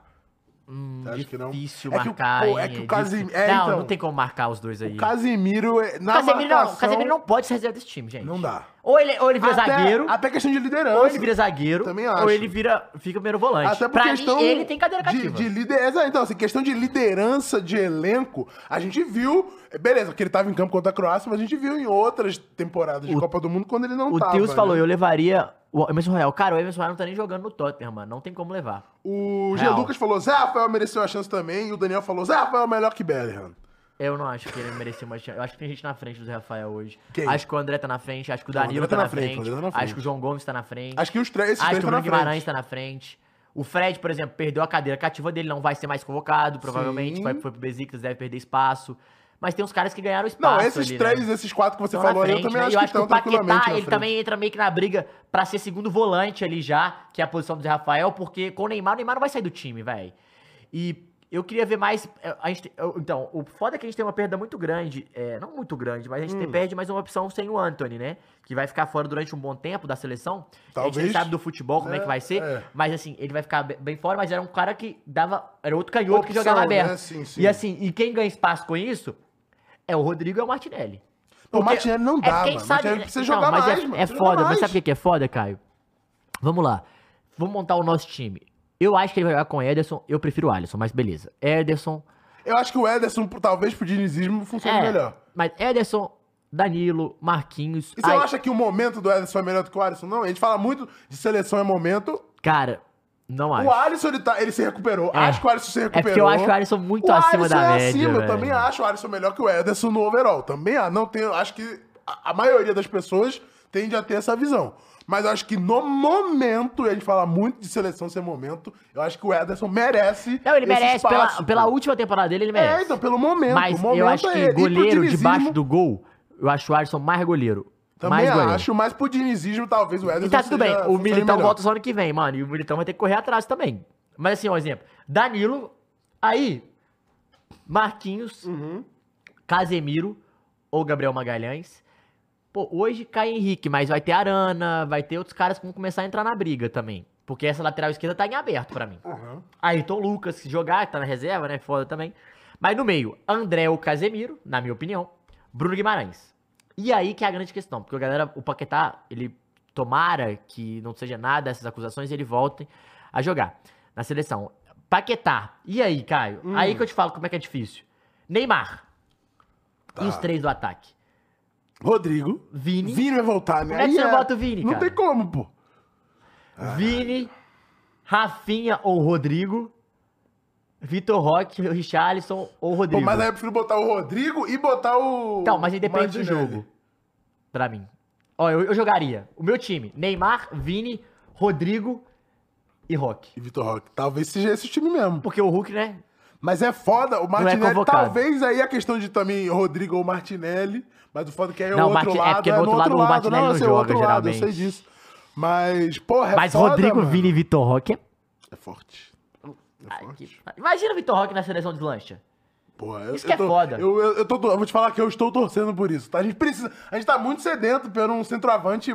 Hum,
Você acha que não?
difícil
É que o-
marcar.
pô, é
hein,
que o Casem-
difícil.
é,
não,
então.
não tem como marcar os dois aí. O
Casemiro é. Na
Casemiro não, o
marcação,
Casemiro não pode ser reserva desse time, gente.
Não dá.
Ou ele, ou ele vira
até,
zagueiro,
Até questão de liderança.
ou ele vira zagueiro,
Também acho.
ou ele vira fica primeiro volante.
Até por
pra
questão
mim, ele tem cadeira
de,
cativa.
de liderança. Então, assim, questão de liderança de elenco, a gente viu. Beleza, que ele tava em campo contra a Croácia, mas a gente viu em outras temporadas de
O-
Copa do Mundo quando ele não
o
tava.
Teus falou,
né?
eu levaria o Emerson Royal. Cara, o Emerson Royal não tá nem jogando no Tottenham, mano. Não tem como levar.
O G.
Real.
Lucas falou, Zé Rafael mereceu a chance também. E o Daniel falou, Zé Rafael é melhor que Bellingham.
Eu não acho que ele merecia mais chance. Eu acho que tem gente na frente do Zé Rafael hoje.
Quem?
Acho que o André tá na frente, acho que o
Não, o
Danilo
André
tá na frente,
o André tá na
acho
frente.
que o João Gomes tá na frente.
Acho que os três, esses
Acho
três
que o
tá na
Bruno Guimarães
frente.
tá na frente. O Fred, por exemplo, perdeu a cadeira cativa dele, não vai ser mais convocado, provavelmente.
Sim.
Vai, foi pro Besiktas, deve perder espaço. Mas tem uns caras que ganharam espaço.
Não, esses
ali,
três,
né?
esses quatro que você
Estão na
falou aí, eu
frente,
também
né?
acho que estão
o Paquetá,
tranquilamente. na
ele
frente.
também entra meio que na briga pra ser segundo volante ali já, que é a posição do Zé Rafael, porque com o Neymar, o Neymar não vai sair do time, velho. E Eu queria ver mais. eh, a gente- eu- então, o foda é que a gente tem uma perda muito grande. é, não muito grande, mas a
Hum.
gente tem- perde mais uma opção sem o Anthony, né? Que vai ficar fora durante um bom tempo da seleção. A gente
Talvez.
nem sabe do futebol como é, que vai ser.
É.
Mas assim, ele vai ficar be- bem fora, mas era um cara que dava. Era outro canhoto que
Opção,
jogava
né?
aberto.
Sim, sim.
E assim, e quem ganha espaço com isso é o Rodrigo e o Martinelli.
Não, o
Porque- é
Martinelli não dá, mano. O Martinelli precisa
então,
jogar
mas
mais,
é,
mano.
É
Precisa jogar
foda, mas
mais.
sabe o que que é foda, Caio? Vamos lá. Vamos montar o nosso time. Eu acho que ele vai jogar com o Ederson. Eu prefiro o Alisson, mas beleza. Ederson.
Eu acho que o Ederson, por- talvez pro dinizismo, funcione
é,
melhor.
Mas Ederson, Danilo, Marquinhos.
E você
aí-
não acha que o momento do Ederson é melhor do que o Alisson? Não, a gente fala muito de seleção é momento.
Cara, não acho.
O Alisson, ele, tá, ele se recuperou.
É.
Acho que o Alisson se
É
recuperou.
porque eu acho o Alisson muito
O
acima
Alisson
da
é
média.
acima, eu
velho.
também acho o Alisson melhor que o Ederson no overall. Também ah, não tenho, acho que a, a maioria das pessoas tende a ter essa visão. Mas eu acho que no momento, e a gente fala muito de seleção sem momento, eu acho que o Ederson merece.
Não, ele
esse
merece.
espaço,
pela, pela
pô.
última temporada dele, ele merece.
É, então, pelo momento.
mas
o momento
eu acho
é
que
ele. E pro
goleiro
dinizismo,
debaixo do gol, eu acho o Alisson mais goleiro.
Também
mais goleiro.
acho, mas pro dinizismo, talvez o Ederson
E tá tudo bem,
seja-
o
funcione
Militão
melhor.
volta só ano que vem, mano. E o Militão vai ter que correr atrás também. Mas assim, um exemplo. Danilo, aí, Marquinhos, Casemiro ou Gabriel Magalhães. Pô, hoje cai Henrique, mas vai ter Arana, vai ter outros caras que vão começar a entrar na briga também. Porque essa lateral esquerda tá em aberto pra mim.
Aham.
Ayrton Lucas, que jogar, que tá na reserva, né? Foda também. Mas no meio, André ou Casemiro, na minha opinião, Bruno Guimarães. E aí que é a grande questão, porque a galera, o Paquetá, ele tomara que não seja nada essas acusações e ele volte a jogar na seleção. Paquetá. E aí, Caio?
Hum.
Aí que eu te falo como é que é difícil. Neymar.
Tá.
E os três do ataque.
Rodrigo.
Vini, Vini,
Vini vai voltar, né?
Como é que
Aí
você não bota o Vini,
Não
cara?
tem como, pô.
Rafinha ou Rodrigo, Vitor Roque, Richarlison ou
Pô,
Rodrigo.
mas aí eu prefiro botar o Rodrigo e botar o.
Então, mas aí depende do
Martinelli.
jogo. Pra mim. Ó, eu, eu jogaria. O meu time: Neymar, Vini, Rodrigo e Roque.
E Vitor Roque. Talvez seja esse o time mesmo.
Porque o Hulk, né?
Mas é foda. O Martinelli,
convocado.
talvez aí a questão de também Rodrigo ou Martinelli. Mas o foda é que é o
Não,
outro
Marti- é
lado.
porque no outro lado o Martinelli
eu
não
sei, o outro
joga,
lado, eu sei
geralmente.
disso. Mas, porra, é
mas
foda,
Rodrigo,
mano.
Vini e Vitor Roque é.
É forte. É
Ai,
forte.
que- Imagina o Vitor Roque na seleção de lancha.
Porra, eu,
Isso
eu
que é
tô-
foda.
Eu, eu, eu tô, eu vou te falar que eu estou torcendo por isso. tá? A gente precisa. A gente tá muito sedento por um centroavante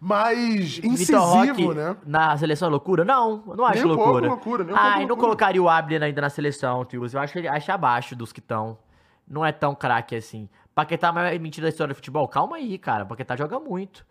mais incisivo, né?
na seleção é loucura? Não, eu não acho
Nem um pouco
loucura.
loucura, nem um pouco
Ai, não
loucura.
colocaria o Abner ainda na seleção, Tios. Eu acho que ele acha abaixo dos que estão. Não é tão craque assim. Paquetá é a maior mentira da história do futebol. Calma aí, cara. Paquetá joga muito.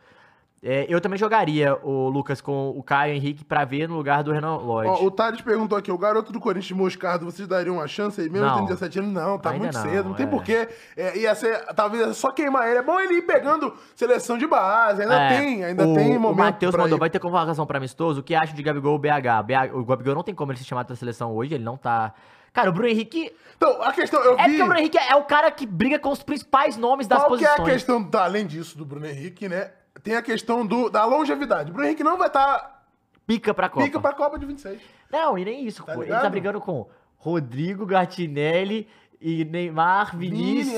É, eu também jogaria o Lucas com o Caio Henrique pra ver no lugar do Renan Lloyd.
Ó, o Thales perguntou aqui, o garoto do Corinthians de Moscardo, vocês dariam uma chance aí mesmo?
Não.
Tem 17 anos? Não, tá
Ainda
muito
não,
cedo, não tem
é.
porquê. É, ia ser, talvez só queimar ele. É bom ele ir pegando seleção de base, ainda
É,
tem, ainda
o,
tem momento.
O Matheus
pra
mandou,
ir.
vai ter convocação pra amistoso. O que acha de Gabigol BH? BH? O Gabigol não tem como ele se chamar da seleção hoje, ele não tá. Cara, o Bruno Henrique.
Então, a questão, eu
É
vi.
porque o Bruno Henrique é o cara que briga com os principais nomes das
Qual que é
posições.
a questão, da- além disso, do Bruno Henrique, né? Tem a questão do, da longevidade. O Bruno Henrique não vai estar.
Pica pra Copa.
pica pra Copa de 26.
Não, e nem isso.
Tá
pô. Ele
ligado?
tá brigando com Rodrigo, Martinelli e Neymar, Vinícius.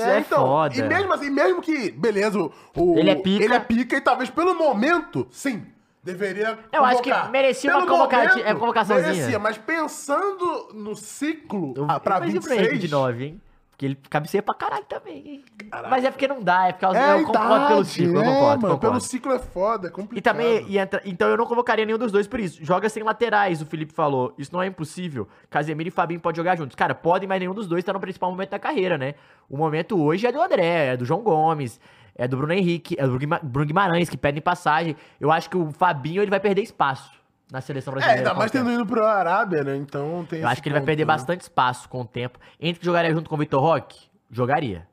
Vini,
é, foda.
Hum, E mesmo assim, mesmo que, beleza, o, o-
Ele é pica.
Ele é pica e talvez pelo momento, sim, deveria
Eu acho que merecia uma convocati- é, convocaçãozinha.
Merecia, mas pensando no ciclo
Eu-
ah, pra
mas e o Bruno
26...
Henrique de 9, hein? Porque ele cabeceia pra caralho também, hein? Mas é porque não dá, é por causa.
é
eu concordo
idade,
pelo ciclo, eu
é,
concordo,
mano,
concordo.
Pelo ciclo é foda, é complicado.
E também, e entra- então eu não convocaria nenhum dos dois por isso. Joga sem laterais, o Felipe falou. Isso não é impossível. Casemiro e Fabinho podem jogar juntos. Cara, podem, mas nenhum dos dois tá no principal momento da carreira, né? O momento hoje é do André, é do João Gomes, é do Bruno Henrique, é do Bruno Guima- Bruno Guimarães, que pedem passagem. Eu acho que o Fabinho ele vai perder espaço na seleção
É,
brasileira.
ainda
com o
mais
tempo.
tendo ido pro Arábia, né? Então tem
Eu acho
esse
que ele vai
ponto, né?
perder bastante espaço com o tempo. Entre que jogaria junto com o Vitor Roque, jogaria.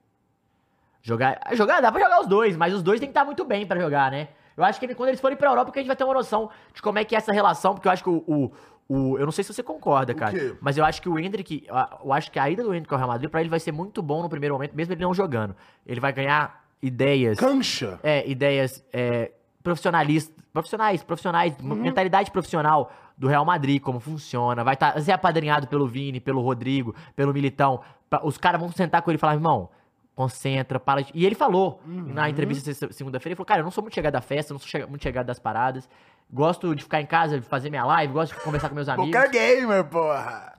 Jogar, ah, jogar, dá pra jogar os dois, mas os dois tem que estar muito bem pra jogar, né? Eu acho que ele- quando eles forem pra Europa, que a gente vai ter uma noção de como é que é essa relação, porque eu acho que o. o- o- eu não sei se você concorda, cara,
quê?
mas eu acho que o Hendrick, eu a- eu acho que a ida do Hendrick ao Real Madrid pra ele vai ser muito bom no primeiro momento, mesmo ele não jogando. Ele vai ganhar ideias
Cancha.
é, ideias é, profissionalistas, profissionais, profissionais,
Uhum.
mentalidade profissional do Real Madrid, como funciona. Vai estar ser apadrinhado pelo Vini, pelo Rodrigo, pelo Militão. Pra- os caras vão sentar com ele e falar, irmão, concentra, para de... E ele falou
Uhum.
na entrevista se- segunda-feira, ele falou, cara, eu não sou muito chegado da festa, não sou chega- muito chegado das paradas. Gosto de ficar em casa, de fazer minha live, gosto de conversar com meus amigos.
Boca gamer, porra.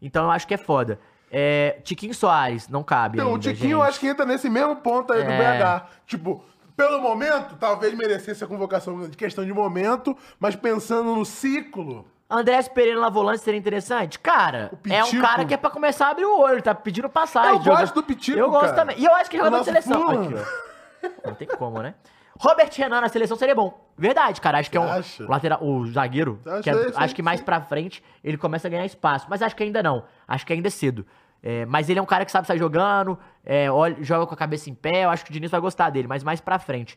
Então eu acho que é foda. É, Tiquinho Soares, não cabe.
Então, o
ainda,
Tiquinho eu
gente.
acho que entra nesse mesmo ponto aí do
É.
BH. Tipo, pelo momento, talvez merecesse a convocação de questão de momento, mas pensando no ciclo.
Andrés Pereira na volante seria interessante? Cara,
O
é um
Pitico.
cara que é pra começar a abrir o olho, tá pedindo passagem.
Eu gosto do Pitico,
Eu gosto
cara.
também. E eu acho que é jogador de
Nosso
seleção.
fulano.
Aqui, ó. Não tem como, né? Robert Renan na seleção seria bom. Verdade, cara. Acho que é um
Acha?
lateral, o zagueiro.
Então, Acho
que é-
isso,
acho que
sim.
mais pra frente ele começa a ganhar espaço. Mas acho que ainda não. Acho que ainda é cedo. É, mas ele é um cara que sabe sair jogando, é, olha- joga com a cabeça em pé. Eu acho que o Diniz vai gostar dele, mas mais pra frente.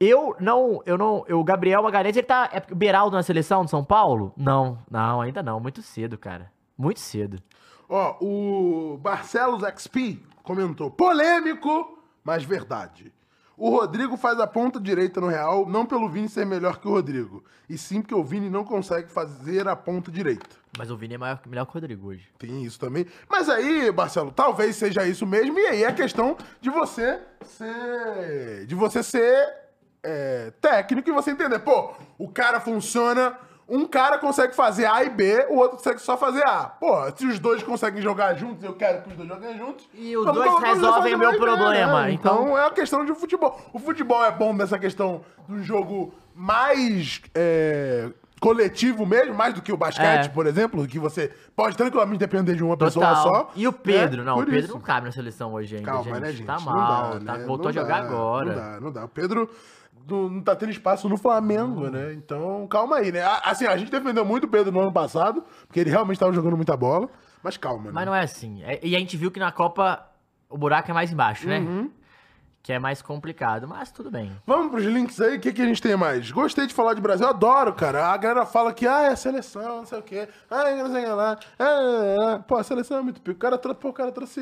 Eu não, eu não, eu, o Gabriel Magalhães, ele tá, é porque o Beraldo na seleção de São Paulo? Não, não, ainda não, muito cedo, cara, muito cedo.
Ó, o Barcelos XP comentou: polêmico, mas verdade. O Rodrigo faz a ponta direita no Real, não pelo Vini ser melhor que o Rodrigo, e sim porque o Vini não consegue fazer a ponta direita.
Mas o Vini é maior, melhor que o Rodrigo hoje.
Tem isso também. Mas aí, Marcelo, talvez seja isso mesmo. E aí é questão de você ser. De você ser é, técnico e você entender. Pô, o cara funciona. Um cara consegue fazer A e B, o outro consegue só fazer A. Pô, se os dois conseguem jogar juntos, eu quero que os dois joguem juntos.
E os
vamos
dois
colocar
resolvem
fazendo
o meu
A e B,
problema,
Então,
então-
é uma questão de futebol. O futebol é bom nessa questão do jogo mais é, coletivo mesmo, mais do que o basquete,
É.
por exemplo, que você pode tranquilamente depender de uma pessoa
Total.
só.
e o
né?
Pedro, não, o
Por
Pedro
isso.
não cabe na seleção hoje ainda,
Calma,
gente.
né, gente?
Tá
Não
mal,
dá,
tá-
né?
voltou
Não
a jogar
dá, Não
agora.
dá, não dá. O Pedro não, não tá tendo espaço no Flamengo, né? Então, calma aí, né? A- Assim, a gente defendeu muito o Pedro no ano passado, porque ele realmente tava jogando muita bola, mas calma, né?
Mas não é assim. É- E a gente viu que na Copa o buraco é mais embaixo, né?
Uhum.
Que é mais complicado, mas tudo bem.
Vamos pros links aí, o que, que a gente tem mais? Gostei de falar de Brasil, adoro, cara. A galera fala que, ah, é seleção, não sei o quê. Ah, não sei o que lá. Ah, ah, ah. Pô, a seleção é muito pico. O cara, trou- pô, o cara trouxe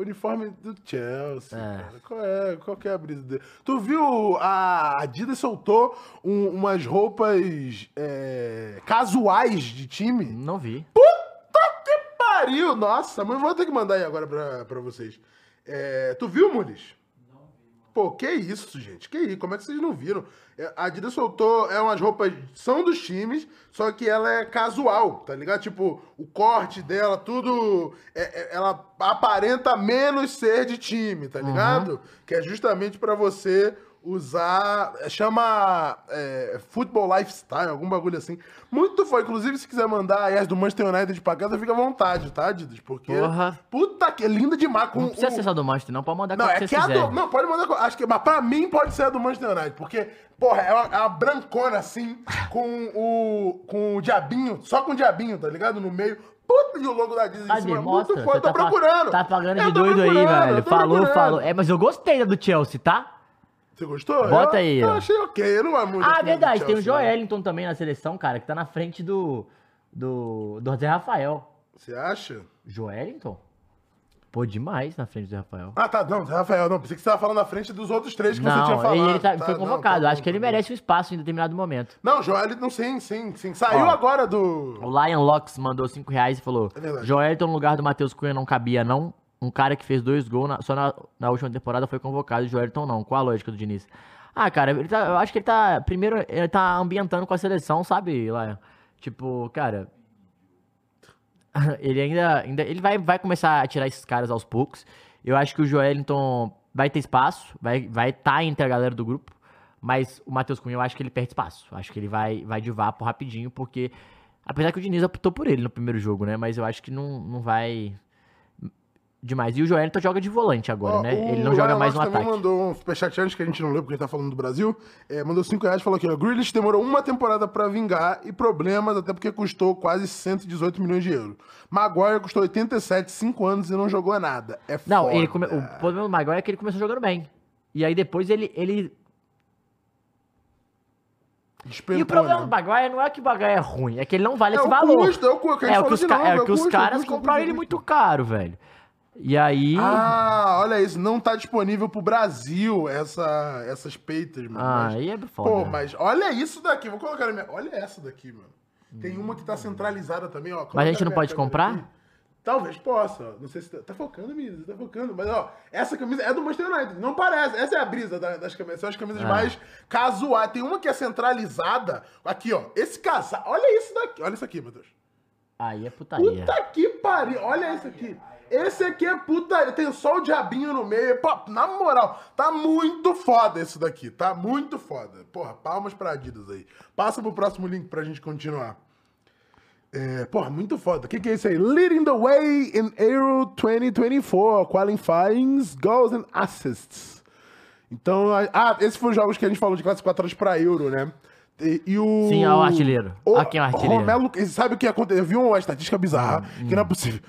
uniforme do Chelsea, cara. Qual é, qual que é a brisa dele? Tu viu, a Adidas soltou um- umas roupas é, casuais de time?
Não vi.
Puta que pariu! Nossa, mas eu vou ter que mandar aí agora pra, pra vocês. É, tu viu, Muniz? Pô, que isso, gente? Que isso? Como é que vocês não viram? É, A Adidas soltou, é umas roupas, são dos times, só que ela é casual, tá ligado? Tipo, o corte dela, tudo, é- é- ela aparenta menos ser de time, tá ligado? Que é justamente pra você usar, é, chama é, futebol lifestyle, algum bagulho assim. Muito foi, inclusive, se quiser mandar aí as do Manchester United pra casa, fica à vontade, tá, Adidas? Porque,
Porra.
puta que, é linda demais. Com
Não precisa
o-
acessar do Manchester, não, pode mandar
não,
qual
é
vocês
que a do.
quiserem.
Não, pode mandar. Acho que. Mas pra mim pode ser a do Manchester United. Porque, porra, é uma, é uma brancona assim, com o. Com o diabinho, só com o diabinho, tá ligado? No meio. Puta, e o logo da Disney em
Cadê?
cima.
Mostra.
é Muito foda,
Você
tô
pa-
procurando. É,
Tá pagando de
Eu tô
doido aí,
procurando, eu
velho.
tô
Falou,
procurando.
falou. É, mas eu gostei da do Chelsea, tá?
Você gostou?
Bota
Eu-
aí,
Eu
ó.
achei ok, eu não amo muito
Ah,
aquele do
verdade. Tem o
Chelsea, né?
Joelinton também na seleção, cara, que tá na frente do. Do. Do Zé Rafael.
Você acha?
Joelinton? Pô, demais na frente do Zé Rafael.
Ah, tá. Não, Rafael, não. Pensei que você tava falando na frente dos outros três que você tinha
Não,
falado.
ele, ele tá- foi
não,
convocado.
tá
Acho
bom,
que ele
tá bom.
merece um espaço em determinado momento.
Não, Joel, não, sim, sim, sim. Saiu
Ó.
agora do.
O Lion Locks mandou 5 reais e falou:
É verdade.
Joelton no lugar do Matheus Cunha não cabia, não. Um cara que fez dois gols na- só na, na última temporada foi convocado, e Joelton não. Qual a lógica do Diniz? Ah, cara, ele tá- eu acho que ele tá. Primeiro, ele tá ambientando com a seleção, sabe, Lion? Tipo, cara. Ele ainda. ainda ele vai, vai começar a tirar esses caras aos poucos. Eu acho que o Joelinton vai ter espaço, vai estar vai tá entre a galera do grupo. Mas o Matheus Cunha, eu acho que ele perde espaço. Acho que ele vai, vai de vapo rapidinho, porque. Apesar que o Diniz optou por ele no primeiro jogo, né? Mas eu acho que não, não vai. Demais. E o Joelinton joga de volante agora,
Ó,
né?
o
Ele não joga
Lion
mais no
Lopes também
ataque.
mandou um superchat antes que a gente não leu porque ele tá falando do Brasil. É, mandou 5 reais e falou aqui, ó. Grealish demorou uma temporada pra vingar e problemas, até porque custou quase 118 milhões de euros. Maguire custou 87, 5 anos e não jogou nada. É
Não,
foda.
ele come- o problema do Maguire é que ele começou jogando bem. E aí depois ele. ele...
Despencou,
E o problema
né?
do Maguire não é que o Maguire é ruim, é que ele não vale
É
esse
o
valor.
custo, é o cu- que a gente
É o
falou
que os,
de
ca-
novo,
é
é
o
o
que os
custo, é o
caras
custo, é o
compraram ele
custo.
muito caro, velho. E aí.
Ah, olha isso, não tá disponível pro Brasil essa, essas peitas, mano.
Ah,
Mas-
aí é foda.
Pô, mas olha isso daqui, vou colocar na minha. Olha essa daqui, mano. Tem uma que tá centralizada também, ó. Coloca
Hum. a gente
na
não
minha
pode
câmera
comprar?
aqui. Talvez possa, ó. Não sei se tá, tá focando, menino, tá focando. Mas, ó, essa camisa é do Manchester United, não parece. Essa é a brisa da- das camisas, são as camisas
Ah.
mais casuais. Tem uma que é centralizada, aqui, ó. Esse casal, olha isso daqui, olha isso aqui, meu Deus.
Aí é putaria.
Puta que pariu. Olha esse aqui. Esse aqui é putaria. Tem só o diabinho no meio. Pô, na moral, tá muito foda esse daqui. Tá muito foda. Porra, palmas pra Adidas aí. Passa pro próximo link pra gente continuar. É, porra, muito foda. O que, que é isso aí? Leading the way in Euro 2024. Qualifying goals and assists. Então, a- ah, esses foram os jogos que a gente falou de classificatórios pra Euro, né? E, e o...
Sim, é o artilheiro.
O
Olha quem é o artilheiro. Hum,
Romelo, sabe o que aconteceu? Eu vi uma estatística bizarra, que não é possível.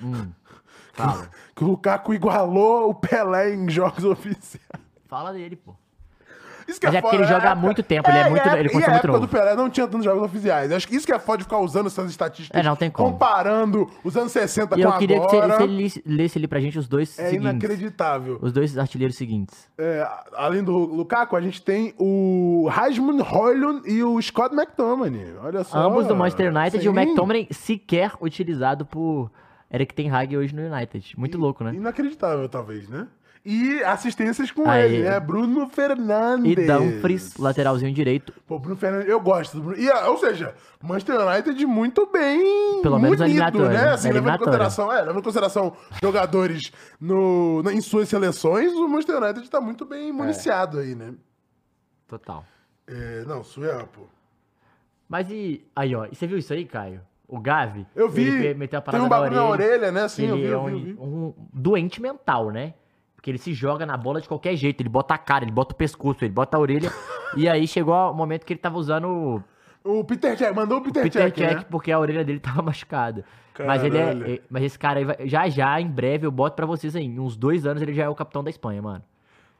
Fala.
Que o Lukaku igualou o Pelé em jogos oficiais.
Fala dele, pô.
Isso
Mas é porque
foda,
ele joga
a
há muito tempo, ele é muito-
e a
ele
época-
continua
e a
muito
época
novo.
do Pelé não tinha tantos jogos oficiais. Acho que isso que é foda de ficar usando essas estatísticas.
É, não tem como.
Comparando os anos 60
E
com
eu queria que você,
então agora.
você lisse- lesse ali pra gente os dois
É
seguintes.
inacreditável.
Os dois artilheiros seguintes.
É, além do Lukaku, a gente tem o Rasmus Højlund e o Scott McTominay. Olha só. um
Ambos do Manchester United e o
Sim.
McTominay sequer utilizado por Eric Ten Hag hoje no United. Muito louco, né?
Inacreditável, talvez, né? E assistências com
Aí.
ele, né? Bruno Fernandes.
E Dumfries, lateralzinho direito.
Pô, Bruno Fernandes, eu gosto do Bruno. E, ah, ou seja, Manchester United muito bem
Pelo menos na
unido,
eliminatória,
né?
né?
Assim,
Na
levando em
eliminatória.
consideração, é, levando em consideração jogadores no, na- em suas seleções, o Manchester United tá muito
É.
bem municiado aí, né?
Total.
É, não, surreal, pô.
Mas e. Aí, ó. E você viu isso aí, Caio? O Gavi?
Eu vi,
Ele pe- meteu a
tem
parada
um bagulho na orelha, né? Assim, eu
ele
vi,
é
eu
um,
vi, eu vi.
um doente mental, né? Porque ele se joga na bola de qualquer jeito. Ele bota a cara, ele bota o pescoço, ele bota a orelha. e aí chegou o momento que ele tava usando
O Peter Jack, mandou o Peter,
Peter
Jack,
Check,
né?
porque a orelha dele tava machucada. Mas ele
Caralho.
é, é- Mas esse cara aí, vai- já já, em breve, eu boto pra vocês aí. Em uns dois anos ele já é o capitão da Espanha, mano.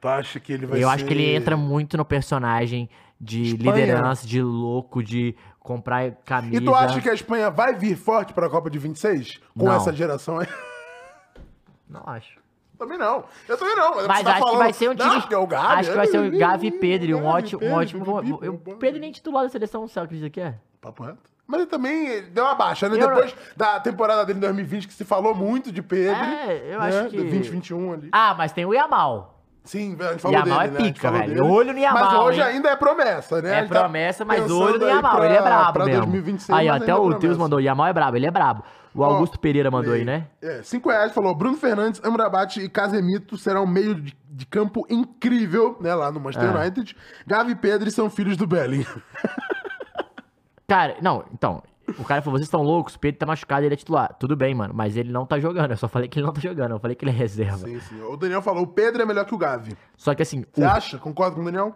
Tu acha que ele vai
eu
ser-
acho que ele entra muito no personagem de
Espanha.
liderança, de louco, de comprar camisa.
E tu acha que a Espanha vai vir forte pra Copa de 26? Com
né? Não.
essa geração aí?
Não acho.
Também não. Eu também não. Mas,
Mas
você tá
acho que
falando,
vai ser um time.
"Não, porque é o Gavi,
acho que vai ser
é,
o
é,
Gavi e
é,
Pedro. Um
Gavi,
ótimo, um
Pedro,
ótimo.
Pedro,
eu-
Pedro,
O Pedro nem titular da seleção, sabe o que isso aqui é?
Papo reto. Mas ele também deu uma baixa, né?
Eu-
Depois da temporada dele em 2020, que se falou muito de Pedro.
É, eu
né?
acho que-
2021 ali.
Ah, mas tem o Yamal.
Sim, a gente falou
Yamal
dele,
é
né? A gente
pica,
falou
velho.
dele.
Olho no
Mas
Yamal,
hoje
hein?
ainda é promessa, né?
É
A gente tá
promessa, mas
pensando
olho do
aí
Yamal.
pra-
ele é brabo,
Pra
mesmo.
2026,
Aí, ó,
mas
até
ainda é
o Teus
promessa.
mandou. O Yamal é brabo, ele é brabo. O Augusto Pereira mandou aí, né?
É, 5 reais falou. Bruno Fernandes, Amrabat e Casemiro serão um meio de, de campo incrível, né? Lá no Manchester
É.
United. Gavi e Pedro são filhos do Bellingham.
Cara, não, então. O cara falou: vocês estão loucos, o Pedro tá machucado, ele é titular. Tudo bem, mano, mas ele não tá jogando. Eu só falei que ele não tá jogando, eu falei que ele é reserva.
Sim, sim. O Daniel falou: o Pedro é melhor que o Gavi.
Só que assim,
Você
o-
acha? Concorda com o Daniel?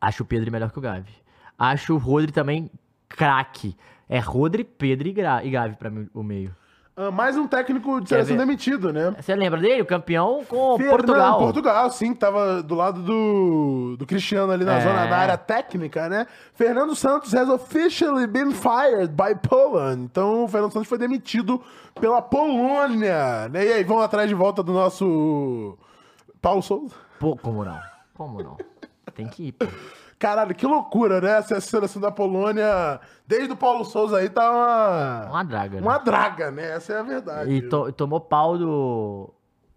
acho o Pedro melhor que o Gavi. Acho o Rodri também craque. É Rodri, Pedro e, Gra... e Gavi pra mim o meio.
Ah, mais um técnico de
Quer
seleção
ver?
demitido, né?
Você lembra dele? O campeão com
Fernando-
Portugal.
Portugal, sim, que tava do lado do, do Cristiano ali na
É.
zona da área técnica, né? Fernando Santos has officially been fired by Poland. Então, o Fernando Santos foi demitido pela Polônia. né? E aí, vão atrás de volta do nosso Paulo Souza.
Pô, como não? Como não? Tem que ir, pô.
Caralho, que loucura, né? Essa seleção da Polônia, desde o Paulo Souza aí, tá uma...
Uma draga, né?
Uma draga, né? Essa é a verdade.
E to- tomou pau do...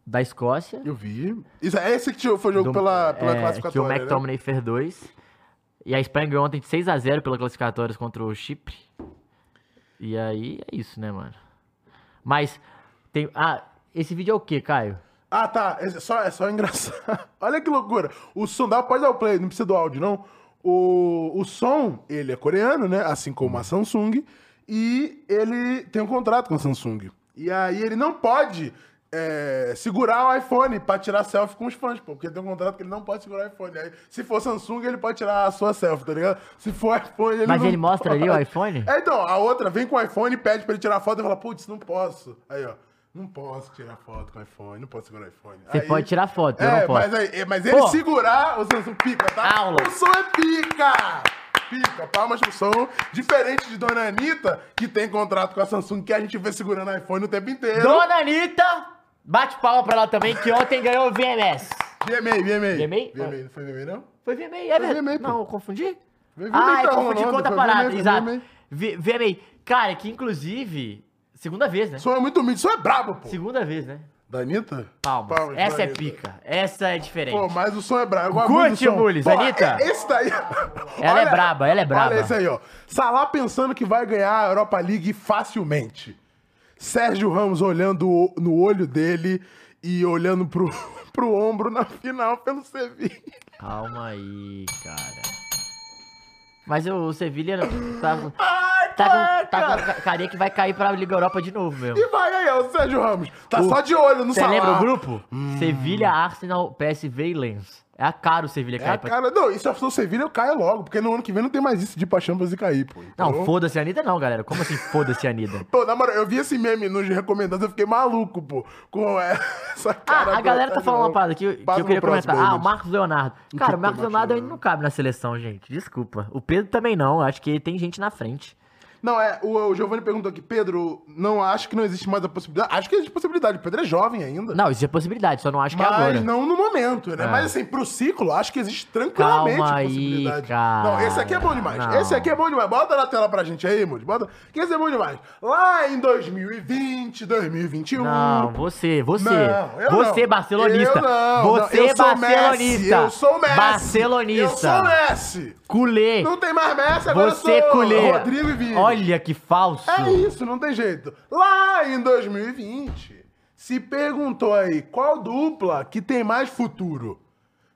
da Escócia.
Eu vi. Isso, é esse que tinha- foi o jogo
do-
pela, pela
é, Que o
classificatória, né?
McTominay fez dois. E a Espanha ganhou ontem de 6x0 pela classificatórias contra o Chipre. E aí é isso, né, mano? Mas tem. Ah, esse vídeo é o quê, Caio?
Ah, tá. É só, é só engraçado. Olha que loucura. O som, dá, pode dar o play, não precisa do áudio, não. O, o som, ele é coreano, né? Assim como a Samsung. E ele tem um contrato com a Samsung. E aí ele não pode é, segurar o iPhone pra tirar selfie com os fãs, pô. Porque tem um contrato que ele não pode segurar o iPhone. Aí, se for Samsung, ele pode tirar a sua selfie, tá ligado? Se for iPhone, ele
Mas
não
ele mostra ali
pode.
o iPhone?
É, então, a outra vem com o iPhone, pede pra ele tirar foto e fala, putz, não posso. Aí, ó, não posso tirar foto com o iPhone, não posso segurar o iPhone.
Você
Aí-
pode tirar foto, eu
É,
não posso.
mas, aí, é, mas ele
Pô.
segurar, o Samsung pica, tá?
Aula.
O som é pica! Pica, palmas pro som. Diferente de Dona Anitta, que tem contrato com a Samsung, que a gente vê segurando o iPhone o tempo inteiro.
Dona Anitta! Bate palma pra ela também, que ontem ganhou o VMS.
VMA, VMA.
VMA?
VMA, não foi VMA, não?
Foi VMA, é
VMA,
verdade.
pô.
Não, eu confundi?
VMA
ah,
tá
eu confundi
rolando,
com outra
foi
parada,
VMA, foi
exato.
VMA.
V- VMA. Cara, que inclusive. Segunda vez, né?
O som é muito humilde, o som é brabo, pô.
Segunda vez, né?
Da Anitta?
Palmas.
pra
Essa é
Anitta.
pica. Essa é diferente.
Pô, mas o som é brabo. Eu gosto
Curte,
muito do som.
Mules,
Pô,
Anitta.
é- Esse daí.
Ela é braba, ela é braba.
Olha esse aí, ó. Salah pensando que vai ganhar a Europa League facilmente. Sérgio Ramos olhando o- no olho dele e olhando pro, pro ombro na final pelo Sevilha.
Calma aí, cara. Mas o o Sevilha tá,
Ai,
tá,
tá,
com, tá com ca- carinha que vai cair pra Liga Europa de novo mesmo.
E vai aí, ó, o Sérgio Ramos. Tá só de olho no
Você
salário.
lembra o grupo?
Hum.
Sevilha, Arsenal, PSV e Lens. É a cara o Sevilha
É
cair
a
pra...
cara. Não, e se eu for o Sevilha, eu caio logo, porque no ano que vem não tem mais isso de ir pra Champions e cair, pô.
Não,
Então-
foda-se a Anitta não, galera. Como assim foda-se a Anitta?
Pô, na moral, eu vi esse meme nos recomendados, eu fiquei maluco, pô. Com essa cara.
Ah, a
do
galera tá
Sérgio
falando uma
Ramos.
parada que, que
Passa
eu queria
pro próximo
comentar.
aí,
Ah, o
Luiz.
Marcos Leonardo. Cara, o
do
Marcos
Marcos
Leonardo ainda
Leonardo.
não cabe na seleção, gente. Desculpa. O Pedro também não. Acho que tem gente na frente.
Não, é, o, o Giovanni perguntou aqui, Pedro, não acho que não existe mais a possibilidade. Acho que existe possibilidade, o Pedro é jovem ainda.
Não, isso é possibilidade, só não acho que é
mas
agora. É.
não no momento, né? Mas assim, pro ciclo, acho que existe tranquilamente
Calma
a
aí,
possibilidade.
cara.
Não, esse aqui é bom demais.
Não.
Esse aqui é bom demais. Bota na tela pra gente aí, Moody. Bota. Que esse é bom demais. Lá em 2020, 2021.
Não, você, você.
Não, um, eu
você, é
não.
barcelonista.
Eu não, não,
você, é
eu sou Messi,
barcelonista.
eu sou Messi.
Barcelonista.
Eu sou Messi.
Culé.
Não tem mais Messi, agora
Você,
eu sou
culé.
Rodrigo e Vini.
Olha que falso.
É isso, não tem jeito. Lá em 2020, se perguntou aí qual dupla que tem mais futuro?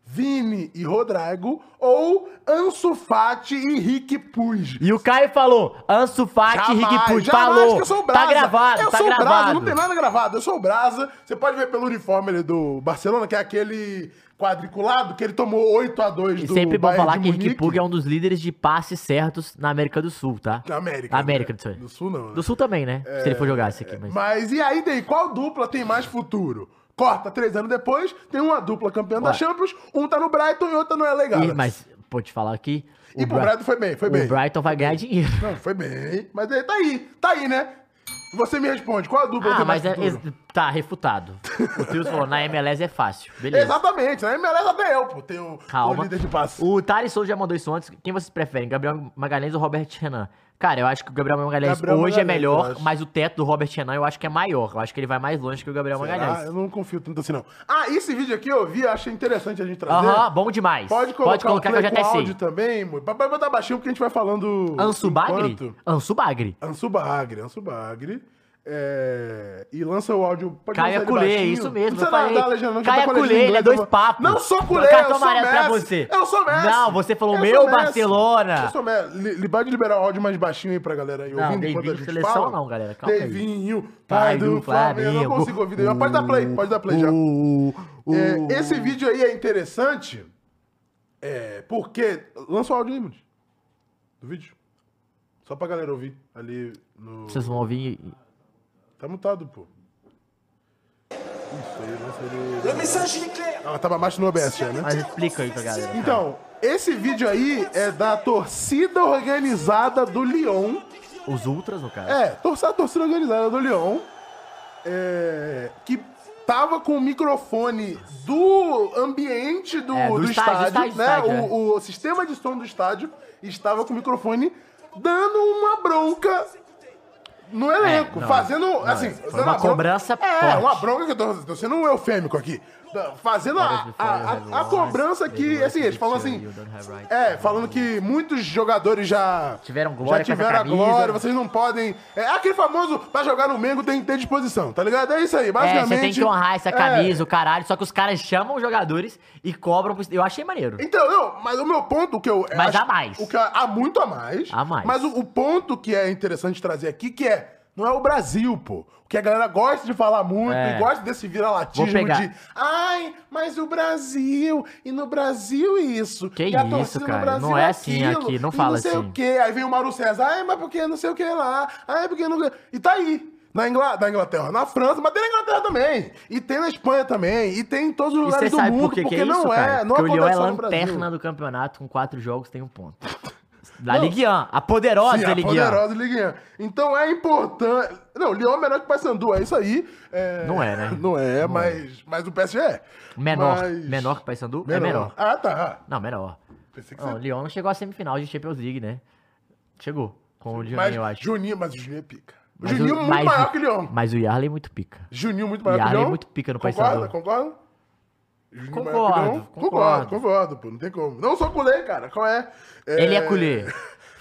Vini e Rodrigo ou Ansu Fati e Rick Puig?
E o Caio falou, Ansu Fati, Rick Puig, falou.
que eu sou o Brasa.
tá gravado,
eu
tá
sou o
gravado.
Brasa, não tem nada gravado. Eu sou o Brasa. Você pode ver pelo uniforme ali do Barcelona, que é aquele quadriculado que ele tomou 8 a 2
E
do
sempre bom
Bayern
falar
de
que Rick
Munique.
Pug é um dos líderes de passes certos na América do Sul, tá?
Da América.
Da América
né?
do Sul.
Do Sul não, né?
Do Sul também, né? Se ele for jogar esse aqui. Mas...
Mas e aí, Dei, qual dupla tem mais futuro? Corta, três anos depois, tem uma dupla campeã da
Olha.
Champions, um tá no Brighton e outro não é legal.
E, mas, pô, te falar aqui.
E
o
pro
Bra-
Brighton foi bem, foi bem.
O Brighton vai ganhar dinheiro.
Não, foi bem. Mas aí, tá aí, tá aí, né? Você me responde, qual a dupla
Ah,
tem
mas
mais
é,
futuro?
ex- tá refutado. O Trios falou, na MLS é fácil. Beleza.
Exatamente, na MLS até eu, pô, tem o, o
Calma.
líder de passe.
O Thales Souza já mandou isso antes. Quem vocês preferem, Gabriel Magalhães ou Robert Renan? Cara, eu acho que o Gabriel Magalhães
Gabriel
hoje
Magalhães,
é
eu
melhor,
acho.
mas o teto do Robert Renan eu acho que é maior. Eu acho que ele vai mais longe que o Gabriel
Ah, eu
Magalhães.
não confio tanto assim, não. Ah, esse vídeo aqui eu vi, achei interessante a gente trazer.
Aham, bom demais.
Tá Pode colocar, o
que eu já
play
até
com
sei.
áudio também, mo- Pode botar baixinho porque a gente vai falando.
Ansu
enquanto.
Bagre? Ansu Bagre.
Ansu Bagre, Ansu Bagre. É... E lança o áudio. Pode
Caia
lançar ele
Culé,
baixinho.
isso mesmo,
Não precisa
eu falei.
dar a legenda, não, já tá
Caia
com a legenda
Culé,
em
ele é
inglês,
dois
eu vou-
papos.
Não sou Culé,
Cartão
eu sou
amarelo
Messi.
pra você.
Eu sou Messi.
Não, você falou,
Eu
meu
sou Messi.
Barcelona.
Eu sou Messi. Li- li- Pode liberar o áudio mais baixinho aí pra galera aí
Não,
ouvindo enquanto a
Deivinho
gente
seleção
fala.
não, galera, calma aí.
Deivinho, pai do Flamengo. Eu não consigo ouvir. Deivinho. Pode dar play, pode dar play já.
O- o-
É, Esse vídeo aí é interessante é, porque... Lança o áudio aí, Mude. Do vídeo. Só pra galera ouvir ali no...
Vocês vão ouvir.
Tá mutado, pô. Isso aí, lança ele.
Le message il est clair.
Ela tava abaixo no OBS, já, né?
Mas explica aí pra galera. cara.
Então, esse vídeo aí é da torcida organizada do Lyon.
Os Ultras, no caso.
É, torcida, torcida organizada do Lyon. É, que tava com o microfone do ambiente do,
É, do
do estádio,
estádio, estádio,
né?
estádio, é.
o, o sistema de som do estádio estava com o microfone dando uma bronca no elenco,
É, não,
fazendo,
não,
assim...
foi
dando
uma
bronca-
cobrança
É,
forte.
uma bronca que eu tô, tô sendo um eufêmico aqui. Da- Fazendo a, a, a, a cobrança que, assim, eles falam assim... É, falando que muitos jogadores já...
Tiveram glória
Já
com essa
tiveram a
camisa.
glória, vocês não podem. É aquele famoso pra jogar no Mengo tem que ter disposição, tá ligado? É isso aí,
É,
basicamente.
você tem que honrar essa camisa,
É.
o caralho. Só que os caras chamam os jogadores e cobram. pros- Eu achei maneiro.
Então, não, mas o meu ponto, o que eu.
Mas
acho-
há mais.
O que é eu- há muito a mais.
Há mais.
Mas o, o ponto que é interessante trazer aqui, que é. Não é o Brasil, pô. Porque a galera gosta de falar muito
É.
e gosta desse
Vou
vira-latismo
pegar.
de. Ai, mas o Brasil. E no Brasil isso.
Que
e a
isso,
torcida no
cara,
Brasil
não é assim
aquilo,
aqui, não
e
fala
sei
assim.
o quê. Aí vem o Mauro César. Ai, mas porque não sei o que lá. Ai, porque não. E tá aí. Na, Ingla- na Inglaterra, na França, mas tem na Inglaterra também. E tem na Espanha também. E tem em todos os
E
lugares
você
do
sabe
mundo,
por que,
porque
que é
não
isso,
é.
cara?
Não
porque o Lyon é
acontece só no Brasil.
lanterna do campeonato com quatro jogos, tem um ponto. Da Ligue 1, a poderosa
Sim, a
Ligue 1.
é poderosa Liguinha. Então é importante. Não, o Lyon é melhor que o Paysandu, é isso aí. É,
Não é, né?
Não é, mas, mas o PSG é.
Menor.
Mas-
Menor que o Paysandu?
Menor.
É menor.
Ah, tá.
Não, menor.
Pensei que
Não, o
você...
Lyon não chegou à semifinal de Champions League, né? Chegou. Com o Juninho,
Mas
eu acho.
Juninho, mas o Juninho é pica. O
Mas o-
Juninho é muito
mas o-
maior que o Lyon.
Mas o Yarley é muito pica.
Juninho muito maior
Yarley
que o Lyon.
é muito pica no
Concorda?
Paysandu.
Concorda? Juninho é
Concordo,
maior que o Lyon?
concordo.
Concordo, concordo, pô. Não tem como. Não sou culé, cara. Qual é?
Ele é culé.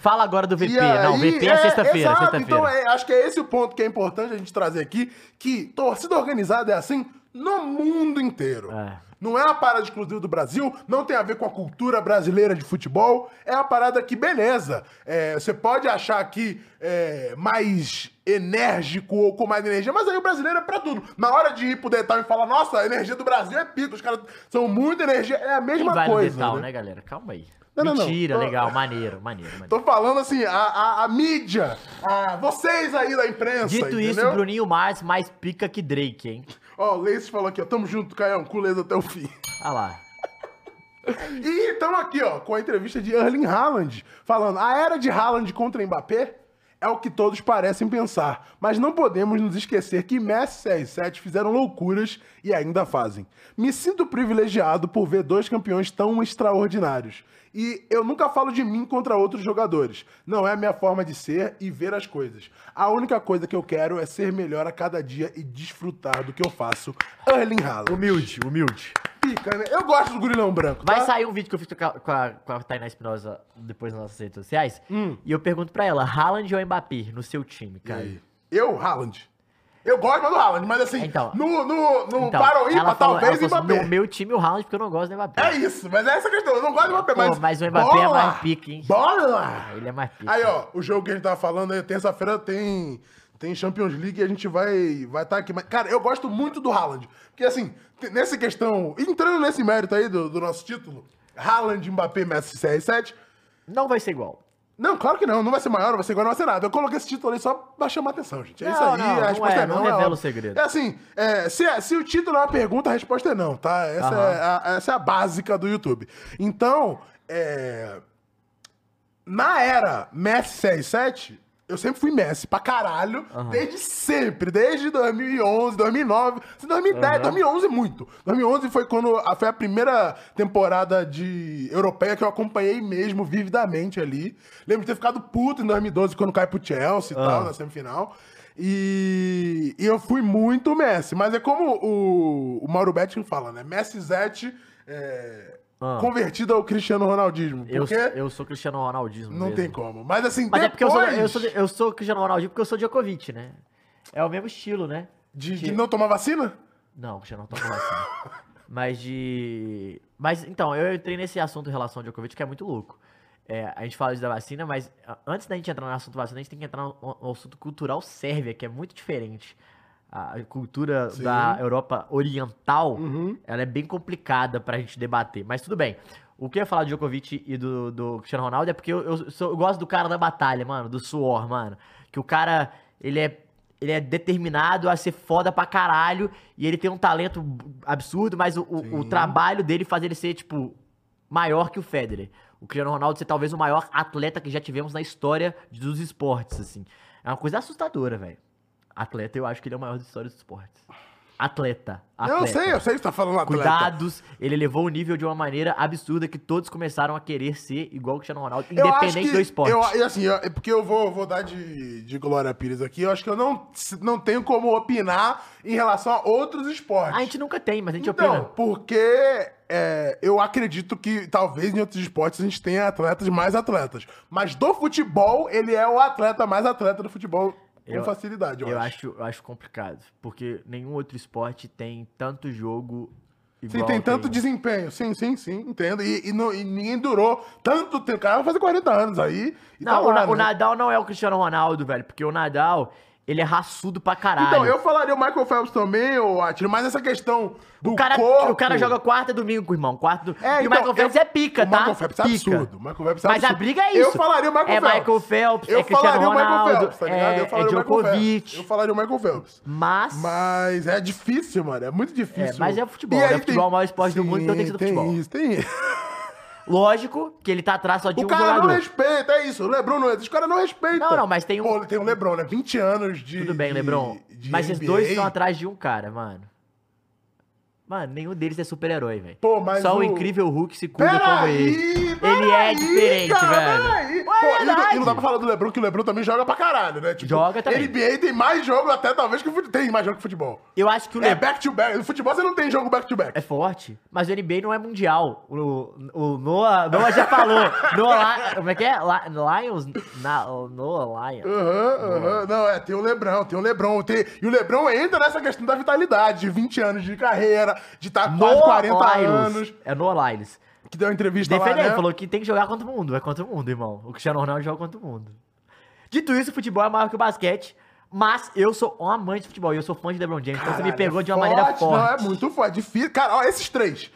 Fala agora do VP.
E aí-
Não, VP é sexta-feira,
exato,
sexta-feira.
Então, é, acho que é esse o ponto que é importante a gente trazer aqui, que torcida organizada é assim no mundo inteiro.
É.
Não é uma parada exclusiva do Brasil, não tem a ver com a cultura brasileira de futebol, é uma parada que, beleza, é, você pode achar aqui é, mais enérgico ou com mais energia, mas aí o brasileiro é pra tudo. Na hora de ir pro detalhe e falar, nossa, a energia do Brasil é pica, os caras são muito energia, é a
Quem
mesma
vai no
coisa.
detalhe,
né?
né? galera? Calma aí.
Não, não, não.
Mentira,
Tô-
legal, maneiro, maneiro, maneiro.
Tô falando assim, a, a, a mídia, a vocês aí da imprensa,
Ah. Dito
entendeu?
isso, Bruninho Mars mais pica que Drake, hein?
Ó, o Leite falou aqui, ó, tamo junto, Caião, culeza até o fim.
Olha lá.
E estamos aqui, ó, com a entrevista de Erling Haaland, falando, a era de Haaland contra Mbappé é o que todos parecem pensar, mas não podemos nos esquecer que Messi e CR7 fizeram loucuras e ainda fazem. Me sinto privilegiado por ver dois campeões tão extraordinários. E eu nunca falo de mim contra outros jogadores. Não é a minha forma de ser e ver as coisas. A única coisa que eu quero é ser melhor a cada dia e desfrutar do que eu faço. Erling Haaland.
Humilde, humilde.
Pica, né? Eu gosto do gurilão branco.
Vai
tá?
sair um vídeo que eu fiz com a, com a, com a Tainá Espinosa depois nas nossas redes sociais. E eu pergunto pra ela, Haaland ou Mbappé no seu time,
Hum. E
cara?
aí? Eu, Haaland. Eu gosto mais do Haaland, mas assim,
Então-
no, no, no
Então,
para ou ímpar,
ela falou-
talvez
ela falou assim,
Mbappé.
No meu time, o Haaland, porque eu não gosto do Mbappé.
É isso, mas é essa a questão. Eu não gosto do Mbappé,
Pô,
mas.
mas o Mbappé é mais pique, hein?
Bola!
Ah, Ele é mais pica.
Aí, ó, o jogo que a gente tava falando aí, terça-feira tem, tem Champions League e a gente vai vai tá aqui. Mas, cara, eu gosto muito do Haaland. Porque, assim, te- nessa questão, entrando nesse mérito aí do, do nosso título, Haaland, Mbappé, Messi, CR7,
Não vai ser igual.
Não, claro que não. Não vai ser maior, não vai ser igual, não vai ser nada. Eu coloquei esse título aí só pra chamar atenção, gente. É
Não,
isso aí.
não,
a
não
resposta
é,
é,
não
não.
revela
óbvio.
o segredo.
É assim, é, se, se o título é uma pergunta, a resposta é não, tá? Essa, é, a, essa é a básica do YouTube. Então, é, na era Messi CR7, eu sempre fui Messi pra caralho, desde sempre, desde 2011, 2009, assim, 2010, 2011 muito. 2011 foi quando a, foi a primeira temporada de europeia que eu acompanhei mesmo vividamente ali. Lembro de ter ficado puto em 2012 quando cai pro Chelsea e
Ah.
tal, na semifinal. E, e eu fui muito Messi, mas é como o, o Mauro Betting fala, né? Messi Zete é,
Ah.
convertido ao Cristiano Ronaldismo.
Eu,
porque-
eu sou Cristiano Ronaldismo
não
mesmo.
tem como. Mas assim,
Mas é porque eu sou,
depois
eu, sou, eu sou Cristiano Ronaldinho porque eu sou Djokovic, né? É o mesmo estilo, né?
de, de não tomar vacina?
Não, Cristiano não toma vacina. Mas de. Mas então, eu entrei nesse assunto em relação ao Djokovic que é muito louco. É, a gente fala isso da vacina, mas a- antes da gente entrar no assunto vacina, a gente tem que entrar no, no assunto cultural sérvia, que é muito diferente. A cultura
Sim.
da Europa Oriental,
Uhum.
ela é bem complicada pra gente debater. Mas tudo bem. O que eu ia falar do Djokovic e do, do Cristiano Ronaldo é porque eu, eu sou- eu gosto do cara da batalha, mano, do suor, mano. Que o cara, ele é, ele é determinado a ser foda pra caralho e ele tem um talento absurdo, mas o, o- o
Sim.
trabalho dele faz ele ser, tipo, maior que o Federer. O Cristiano Ronaldo ser talvez o maior atleta que já tivemos na história dos esportes, assim. É uma coisa assustadora, velho. Atleta, eu acho que ele é o maior da história dos esportes. Atleta. atleta.
Eu não sei, eu sei que você tá falando atleta.
Cuidados, ele elevou o nível de uma maneira absurda que todos começaram a querer ser igual o Cristiano Ronaldo,
Eu acho
independente
que-
do esporte.
Eu, e assim, eu- é porque eu vou, vou dar de, de Glória Pires aqui. Eu acho que eu não, não tenho como opinar em relação a outros esportes.
A gente nunca tem, mas a gente
Então,
opina.
porque é, eu acredito que talvez em outros esportes a gente tenha atletas mais atletas. Mas do futebol, ele é o atleta mais atleta do futebol com
Eu-
facilidade, eu,
Eu
acho.
acho, eu acho complicado, porque nenhum outro esporte tem tanto jogo igual. um-
Sim, tem tanto desempenho. Sim, sim, sim, entendo. E, e não- e ninguém durou tanto tempo. O cara vai fazer 40 anos aí. E
Não, o,
lá,
Na- o
né?
Nadal não é o Cristiano Ronaldo, velho, porque o Nadal, ele é raçudo pra caralho.
Então, eu falaria o Michael Phelps também, o Atiro, mas essa questão do
o cara,
corpo...
o cara joga quarta e domingo, irmão. Quarta do...
É,
e o
então,
Michael Phelps
eu-
é pica,
o
tá?
Michael Phelps é
Pica.
absurdo. O Michael Phelps é
Mas a
absurdo.
briga é
Eu
isso.
falaria o Michael Phelps.
É Michael Phelps, é Cristiano Ronaldo, é,
tá Eu falaria
é
o Michael Phelps.
Djokovic.
Eu falaria o Michael Phelps.
Mas,
Mas é difícil, mano. É muito difícil.
É, mas é futebol,
E
né?
aí
Futebol é o maior esporte do mundo, então tem que ser do futebol.
Tem isso, tem isso.
lógico que ele tá atrás só de
O
um
cara não
jogador.
respeita, é isso. O Lebron não Os caras não respeitam.
Não, não, mas tem um-
Pô, tem um Lebron, né? 20 anos de.
Tudo bem,
de-
Lebron.
de
mas esses
NBA.
dois estão atrás de um cara, mano. Mano, nenhum deles é super-herói, velho.
Pô, mas
Só o...
o
incrível Hulk se cuida como ele.
Peraí,
Ele é diferente, velho.
Peraí.
Ué,
Pô, e, não,
é verdade.
e não dá pra falar do Lebron, que o Lebron também joga pra caralho, né? Tipo,
Joga também.
NBA tem mais jogo até talvez que o futebol. Tem mais jogo que futebol.
Eu acho que o
É
Lebron
back-to-back. No futebol você não tem jogo back-to-back.
é forte, mas o NBA não é mundial. O, o Noah, Noah já falou. Noah, Li- como é que é? Li- Lions? Na, o Noah Lions.
Aham, aham. Não, é, tem o Lebron, tem o Lebron. Tem... E o Lebron entra nessa questão da vitalidade, de 20 anos de carreira, de estar tá quase 40 anos.
É Noah Lyles.
Que deu uma entrevista lá, né?
Defendeu, falou que tem que jogar contra o mundo. É contra o mundo, irmão. O Cristiano Ronaldo joga contra o mundo. Dito isso, o futebol é maior que o basquete. Mas eu sou um amante de futebol e eu sou fã de LeBron James. então você me
Caralho,
pegou
é
de uma maneira forte.
Não, é muito forte. Difícil. Cara, ó, esses três.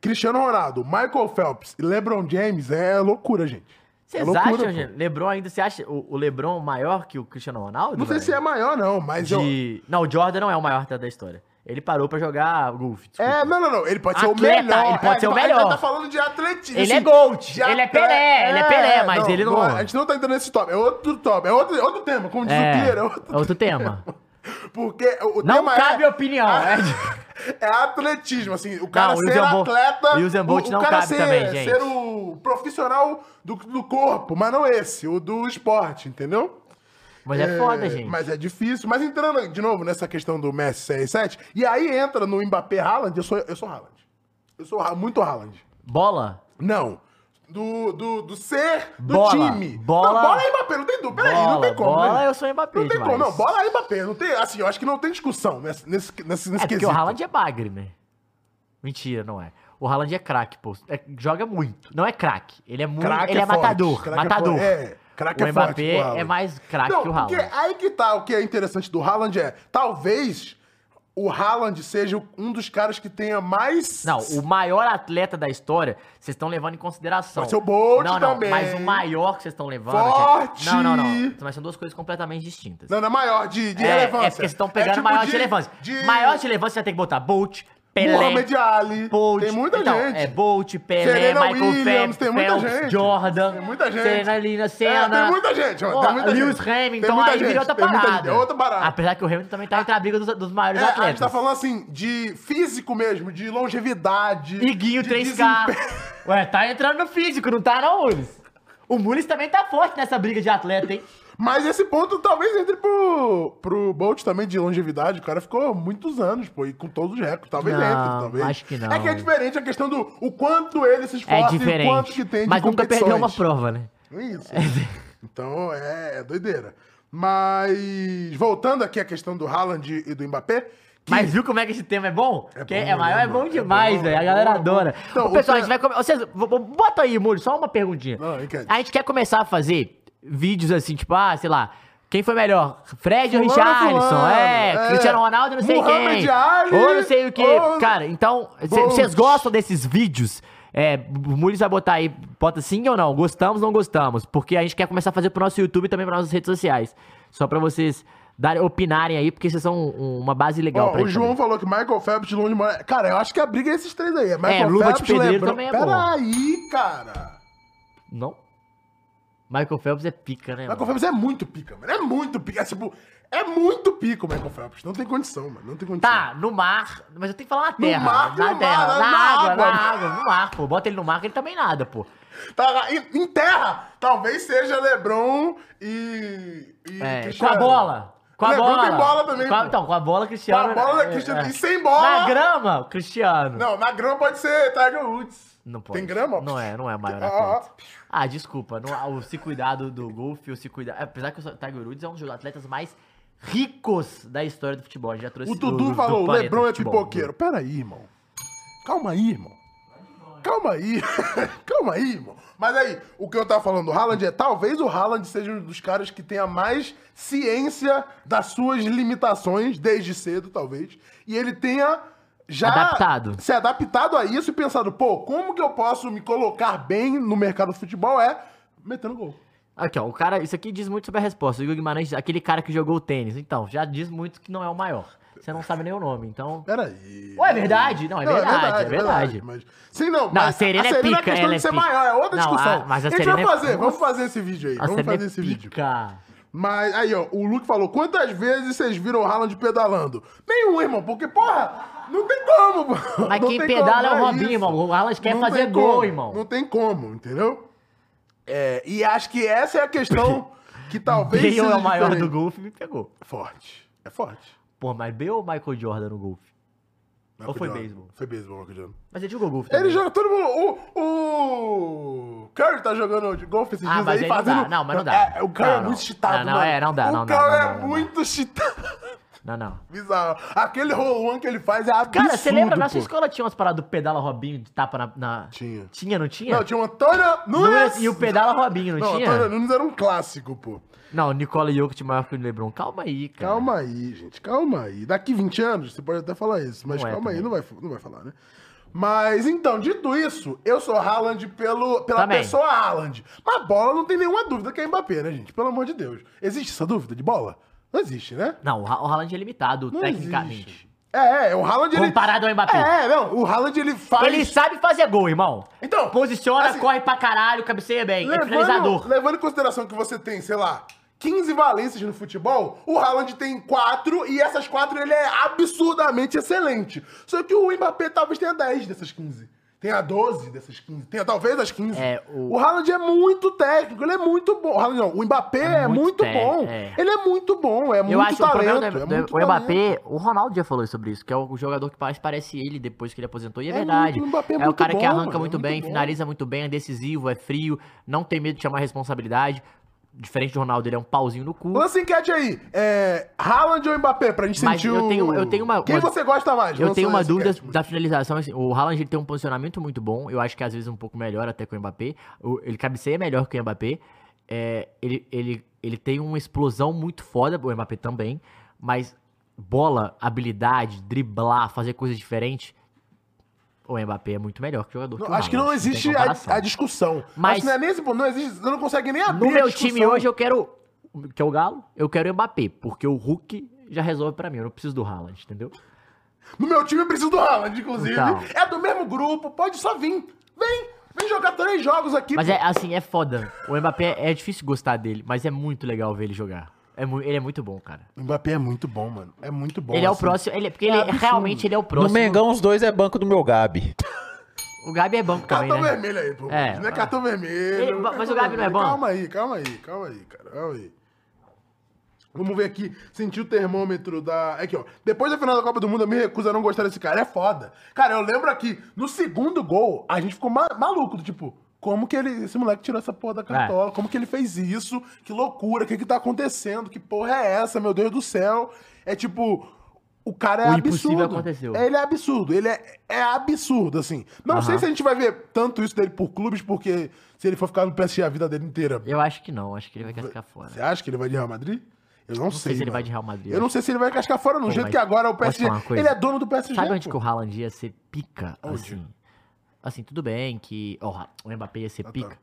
Cristiano Ronaldo, Michael Phelps e LeBron James é loucura, gente.
Vocês
é loucura,
acham,
pô.
gente? LeBron ainda, você acha o, o LeBron maior que o Cristiano Ronaldo?
Não sei
velho?
se é maior, não, mas eu...
de... Não, o Jordan não é o maior atleta da história. Ele parou pra jogar golfe. desculpa.
É, não, não, não. Ele pode ser o
Atleta,
melhor.
ele pode
É,
ser o
a gente
melhor.
tá falando de atletismo. assim,
Ele é GOAT, ele é Pelé, ele é Pelé, mas ele não-
A gente não tá entrando nesse top. É outro top. É outro, outro tema, como diz
É,
o Pierre. É outro...
é outro tema.
Porque o o
Não
tema
cabe
é...
opinião. é-
É atletismo, assim, o cara
o
ser
Usain Bolt-
atleta,
o Usain Bolt
o, o
não
cara
cabe
ser,
também, gente.
ser o profissional do, do corpo, mas não esse, o do esporte, entendeu?
Mas é foda, gente.
Mas é difícil. Mas entrando de novo nessa questão do Messi CR7, e aí entra no Mbappé Haaland, eu sou, eu sou Haaland. Eu sou ha- muito Haaland.
Bola?
Não. Do, do, do ser do
Bola,
time.
bola-
não, bola é Mbappé, não tem dúvida. Peraí, não
Bola,
tem como.
bola, é
né?
eu sou Mbappé
Não tem como,
demais.
não. Bola é Mbappé, não tem. Assim, eu acho que não tem discussão nesse, nesse, nesse, nesse
é porque o Haaland é bagre, né? Mentira, não é. O Haaland é craque, pô. É- joga muito. Não é craque. Ele é muito.
Craque
Ele é,
forte,
matador.
craque
matador.
É, forte. é craque
o
é forte,
Mbappé
pô, Haaland.
é mais craque
Não,
que o
porque
Haaland.
aí que tá, o que é interessante do Haaland é, talvez o Haaland seja um dos caras que tenha mais...
Não, o maior atleta da história, vocês estão levando em consideração.
Pode ser o Bolt
não, não,
também.
Mas o maior que vocês estão levando.
Forte!
Não, não, não. Mas são duas coisas completamente distintas.
Não, não é maior, de, de
é,
relevância.
é porque vocês estão pegando
tipo
maior de,
de-
relevância.
de
Maior de relevância você tem que botar Bolt, Pelé.
Muhammad Ali.
Bolt.
Tem muita
então,
gente.
É Bolt, Pelé,
Serena
Michael
Williams,
Phelps,
tem muita
Phelps,
gente.
Jordan.
Tem muita gente.
Serena Lina Senna.
É, tem muita gente, ó,
Ó,
tem muita
Lewis
gente. Tem
Hamilton,
muita
aí
gente,
virou outra
tem muita
parada.
gente, é outra parada.
Apesar que o Hamilton também tá entre a briga dos, dos maiores
É, a gente
atletas.
tá falando assim, de físico mesmo, de longevidade.
Iguinho
de
3K.
desempenho.
Ué, tá entrando no físico, não tá não, Mules? O Mules também tá forte nessa briga de atleta, hein?
Mas esse ponto talvez entre pro, pro Bolt também de longevidade. O cara ficou muitos anos, pô, e com todos os recordes. Talvez
Não,
entre, talvez.
acho que não.
É que é diferente a questão do o quanto ele se
É
esforça e o quanto
diferente.
que tem de
mas nunca perdeu uma
competições.
prova, né?
Isso. então é, é doideira. Mas voltando aqui à questão do Haaland e do Mbappé. que-
Mas viu como é que esse tema é bom?
É
Que
bom,
é maior,
né,
é bom
mano? É
demais,
bom,
velho. A
é bom,
galera
é bom.
adora.
Então,
Ô, pessoal,
o
a gente vai começar. Vocês, v- v- bota aí, Muro, só uma perguntinha.
Não, enquete.
a gente quer começar a fazer vídeos assim, tipo, ah, sei lá. Quem foi melhor? Fred ou
Fulano,
Richarlison?
fulano,
é,
é.
Cristiano Ronaldo, não sei
Muhammad
quem.
Ali,
ou não sei o quê.
ou-
Cara, então,
Bolt.
vocês gostam desses vídeos? É, o Mules vai botar aí, bota sim ou não, gostamos, não gostamos, porque a gente quer começar a fazer pro nosso YouTube e também para nossas redes sociais. Só pra vocês darem, opinarem aí, porque vocês são um- uma base legal
Ó,
pra
o
gente
João
também.
falou que Michael Phelps de longe mora. Cara, eu acho que a briga é esses três aí. É Michael
luva de
Phelps,
pedreiro
LeBron-
também é boa.
Peraí, cara.
Não? Michael Phelps é pica, né?
Michael
mano?
Phelps é muito pica, mano. É muito pica. É, tipo, é muito pica o Michael Phelps. Não tem condição, mano. Não tem condição.
Tá, no mar, mas eu tenho que falar na terra.
mar,
na
no
terra,
mar,
na,
na
água,
água.
na água, no mar, pô. Bota ele no mar que ele também nada, pô.
Tá, em, em terra, talvez seja LeBron e. e
É, com
Cristiano.
a bola. Com a
LeBron
bola.
tem bola também,
Com a-
pô.
então, com a bola, Cristiano.
Com a bola,
é,
Cristiano.
é.
E sem bola-
Na grama, Cristiano.
Não, na grama pode ser Tiger Woods.
Não pode.
Tem grama?
Não é, não é maior
Ah,
atleta. Ah, desculpa. Não, o se cuidar do, do golfe, o se cuidar. Apesar que o Tiger Woods é um dos atletas mais ricos da história do futebol. A gente já trouxe
O
do-
Dudu
do
falou, o
planeta
Lebron é
futebol.
pipoqueiro. Peraí, irmão. Calma aí, irmão. Calma aí. Calma aí, irmão. Mas aí, o que eu tava falando do Haaland é, talvez o Haaland seja um dos caras que tenha mais ciência das suas limitações, desde cedo, talvez. E ele tenha já
Adaptado.
se adaptado a isso e pensado, pô, como que eu posso me colocar bem no mercado do futebol é metendo gol.
Aqui, ó. O cara, isso aqui diz muito sobre a resposta. O Igor Guimarães, aquele cara que jogou o tênis. Então, já diz muito que não é o maior. Você não sabe nem o nome, então.
Peraí.
Ué, é verdade? Não, é verdade, é verdade.
mas- Sim, não,
a Serena é
é
pica,
questão
ela é
de ser
pica.
maior, é outra
Não,
discussão.
a- mas a
gente
Serena
vai
é-
fazer, vamos
Nossa.
fazer esse vídeo aí,
A
vamos
Serena
fazer
é
esse vídeo.
pica.
Mas aí, ó, o Luke falou: quantas vezes vocês viram o Haaland pedalando? Nenhum, irmão, porque, porra, não tem como, pô.
Mas
Não
quem
tem
pedala
como,
é o
não
Robinho,
isso.
irmão. O Haaland quer
Não
fazer
tem
gol,
como,
irmão.
Não tem como, entendeu? É, e acho que essa é a questão que talvez.
Bale é
seja
o maior
diferente.
do golfe, me pegou.
Forte. É forte.
Pô, mas Bale ou Michael Jordan no golfe? Ou foi beisebol?
Foi beisebol, Michael Jordan.
Mas ele jogou golfe.
Ele
também.
joga todo mundo. O, o Curry tá jogando de golfe esses
Ah,
dias
mas
aí
aí não
fazendo.
dá. Não, mas não dá.
É, o Curry
Não,
é
não.
muito chitado,
Não, não,
mano.
é, não dá, não
O
dá,
Curry
não dá,
é
não dá.
muito chitado.
Não, não.
Bizarro. Aquele roll one que ele faz é absurdo.
Cara, você lembra? Nossa
pô.
escola tinha umas paradas do pedala Robinho de tapa na... na-
Tinha.
Tinha, não tinha? é
Não, tinha o Antônio Nunes.
E o pedala Robinho, não,
Não,
tinha?
Antônio Nunes era um clássico, pô.
Não, Nicola Jokic maior que o LeBron. Calma aí, cara.
Calma aí, gente, calma aí. Daqui 20 anos você pode até falar isso, mas
Não é
calma aí,
também.
não vai, não vai falar, né? Mas então, dito isso, eu sou Haaland pelo, pela
Também.
pessoa Haaland. Mas bola não tem nenhuma dúvida que é Mbappé, né, gente? Pelo amor de Deus. Existe essa dúvida de bola? Não existe, né?
Não, o Ha- o Haaland é limitado,
Não
tecnicamente.
existe. É, é, o Haaland ele.
Comparado ao Mbappé.
É, não, o Haaland ele faz.
Ele sabe fazer gol, irmão.
Então,
Posiciona,
assim,
corre pra caralho, cabeceia bem. é
Levando,
finalizador.
levando em consideração que você tem, sei lá, 15 valências no futebol, o Haaland tem 4 e essas 4 ele é absurdamente excelente. Só que o Mbappé talvez tenha 10 dessas 15. Tenha 12 dessas 15. Tenha talvez as 15.
É,
o...
o-
Haaland é muito técnico, ele é muito bom. O, Haaland, não, o Mbappé é, muito,
muito
bom.
técnico, é.
Ele é muito bom, é muito
Eu acho que o
talento.
problema do,
é
do-
muito
o Mbappé,
talento.
o Ronaldo já falou sobre isso, que é o jogador que parece, parece ele depois que ele aposentou, e é,
É
verdade.
muito, o Mbappé é
é
muito
o cara
bom,
que arranca
mano, é
muito
muito
bem,
bom.
finaliza muito bem, é decisivo, é frio, não tem medo de chamar responsabilidade. Diferente do Ronaldo, ele é um pauzinho no cu.
Lança enquete aí. É, Haaland ou Mbappé? Pra gente
Mas
sentir
eu
o-
tenho- eu tenho uma-
Quem
uma-
você gosta mais?
Eu
Lança
tenho uma
essa
dúvida
enquete.
da finalização. assim, o Haaland ele tem um posicionamento muito bom. Eu acho que às vezes um pouco melhor até que o Mbappé. O- ele cabeceia melhor que o Mbappé. É, ele, ele, ele tem uma explosão muito foda, o Mbappé também. Mas bola, habilidade, driblar, fazer coisas diferentes. O Mbappé é muito melhor que o jogador.
Não,
o
acho que não
Haaland, tem
existe a,
comparação.
a discussão.
Mas-
Acho que não é nem esse ponto, não existe, você não consegue nem abrir
No
a
meu
discussão.
time hoje eu quero. Que é o Galo, eu quero o Mbappé. Porque o Hulk já resolve pra mim. Eu não preciso do Haaland, entendeu?
No meu time eu preciso do Haaland, inclusive.
Então.
É do mesmo grupo, pode só vir. Vem, vem jogar três jogos aqui.
Mas
pô.
é assim, é foda. O Mbappé é difícil gostar dele, mas é muito legal ver ele jogar. É mu- ele é muito bom, cara.
O Mbappé é muito bom, mano. É muito bom.
ele é o
assim.
próximo. Ele, é- porque
É
ele é-
absurdo.
realmente ele é o
No
próximo.
Mengão, os dois é banco do meu Gabi.
O Gabi é banco
Cartão
também, né?
Tá vermelho aí, pô.
É.
não é cartão vermelho.
Ele- mas
cartão
o Gabi não é
vermelho.
bom?
Calma aí, calma aí, calma aí, cara. Calma aí. Vamos ver aqui, sentir o termômetro da. Aqui, ó. Depois da final da Copa do Mundo, eu me recuso a não gostar desse cara. É foda. Cara, eu lembro aqui, no segundo gol, a gente ficou ma- maluco, do tipo, como que ele. Esse moleque tirou essa
É.
porra da cartola? Como que ele fez isso? Que loucura, o que que tá acontecendo? Que porra é essa, meu Deus do céu? É tipo. O cara é
O impossível
absurdo.
aconteceu.
É, ele é absurdo, ele é, é absurdo, assim. Não sei se a gente vai ver tanto isso dele por clubes, porque se ele for ficar no PSG a vida dele inteira,
Eu acho que não, acho que ele vai querer ficar fora.
você acha que ele vai de Real Madrid? Eu não, sei.
sei se ele
mano.
vai de Real Madrid,
Eu não sei se ele vai cascar fora, no
Pô,
jeito
mas
que agora o
posso
PSG.
falar uma coisa?
Ele é dono do PSG.
Sabe onde
pô.
que o Haaland ia ser pica?
Onde?
Assim, assim, tudo bem que. ó, o Mbappé ia
Ah,
ser
tá.
pica.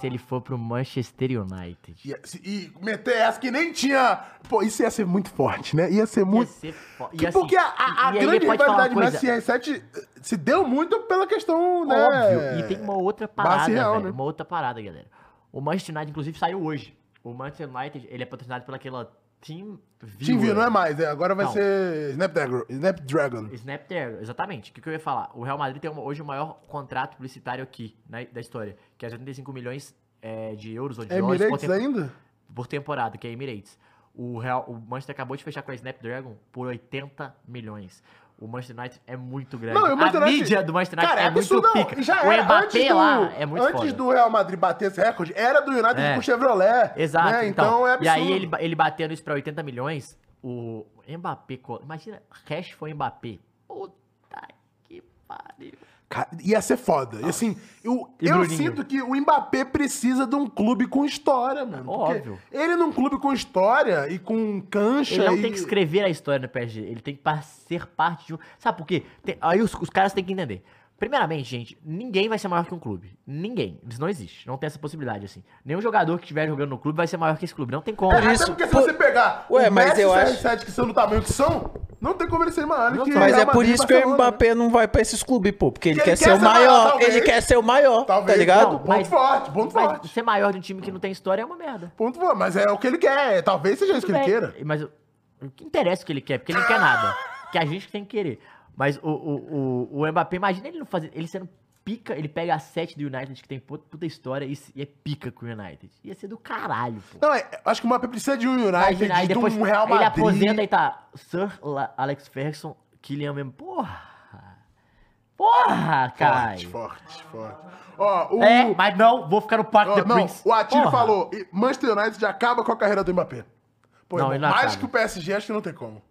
Se ele for pro Manchester United.
E, e meter essa que nem tinha. Pô, isso ia ser muito forte, né? Ia ser
Ia
muito.
ser assim, foda.
Que- porque a, a- a grande rivalidade é Messi e R7 eh, se deu muito pela questão, né?
Óbvio. E tem uma outra parada,
base real,
velho,
né?
Uma outra parada, galera. O Manchester United, inclusive, saiu hoje. O Manchester United, ele é patrocinado pelaquela Team Viewer.
Team View não é mais, é, agora vai
Não.
ser Snapdragon. Snapdragon.
Snapdragon, exatamente. O que, que eu ia falar? O Real Madrid tem uma- hoje o maior contrato publicitário aqui, né, da história. Que é 75 milhões é, de euros ou de
É
dólares por,
Emirates
tempo-
ainda?
por temporada, que é Emirates. O, Real, o Manchester acabou de fechar com a Snapdragon por 80 milhões. O Manchester United é muito grande.
Não, e o Manchester
a
United-
mídia do Manchester United
Cara,
é
é
muito
absurdo.
pica.
Já
o
era
Mbappé
antes do,
lá é muito
Antes
foda.
do Real Madrid bater esse recorde, era do United
É.
com o Chevrolet.
Exato.
né?
então,
é absurdo.
E aí ele, ba- ele batendo isso pra 80 milhões, o Mbappé. co- Imagina, Cash foi Mbappé. Puta que pariu.
Cara, ia ser foda. E assim, eu,
E
eu
Bruninho?
sinto que o Mbappé precisa de um clube com história, mano. porque
Óbvio.
Ele num clube com história e com cancha.
Ele não
e-
tem que escrever a história no PSG, ele tem que par- ser parte de um. Sabe por quê? Tem- Aí os, os caras têm que entender. Primeiramente, gente, ninguém vai ser maior que um clube. Ninguém. Isso não existe. Não tem essa possibilidade, assim. Nenhum jogador que estiver jogando
É
no clube vai ser maior que esse clube. Não tem como.
Por
Até
isso-
porque se
por-
você pegar
Ué, mas eu
e o
acho-
CR7 que são do tamanho que são, Não tem como ele ser maior do que
Mas
Real
é por
Madrid e
isso que o
Barcelona, né?
Mbappé não vai pra esses clubes, pô. Porque ele,
Porque
quer, ser o maior.
maior, talvez.
ele quer ser o maior,
Talvez,
tá ligado?
não. Ponto
mas-
forte, ponto
mas
forte.
ser maior de um time que não tem história é uma merda.
Ponto, bom, mas é o que ele quer. Talvez seja isso que
Tudo
ele
bem.
queira.
Mas o o que interessa o que ele quer, porque ele não quer nada. que a gente tem que querer. Mas o, o, o, o Mbappé, imagina ele não fazer. Ele sendo pica, ele pega a 7 do United, que tem pu- puta história, e, se- e é pica com o United. Ia ser do caralho, pô.
Não, é- acho que o Mbappé precisa de um United,
Imagina, aí
de
depois
um Real
ele
Madrid.
aposenta e tá Sir La- Alex Ferguson, Kylian mesmo. Porra! Porra, cara!
Forte, forte, forte. Ó, o...
É, mas não, vou ficar no Parque
ó,
The
não,
Prince.
o Atílio
Porra.
falou, e Manchester United já acaba com a carreira do Mbappé. Pô,
Não,
irmão,
ele não
mais
acaba.
que o PSG, acho que não tem como.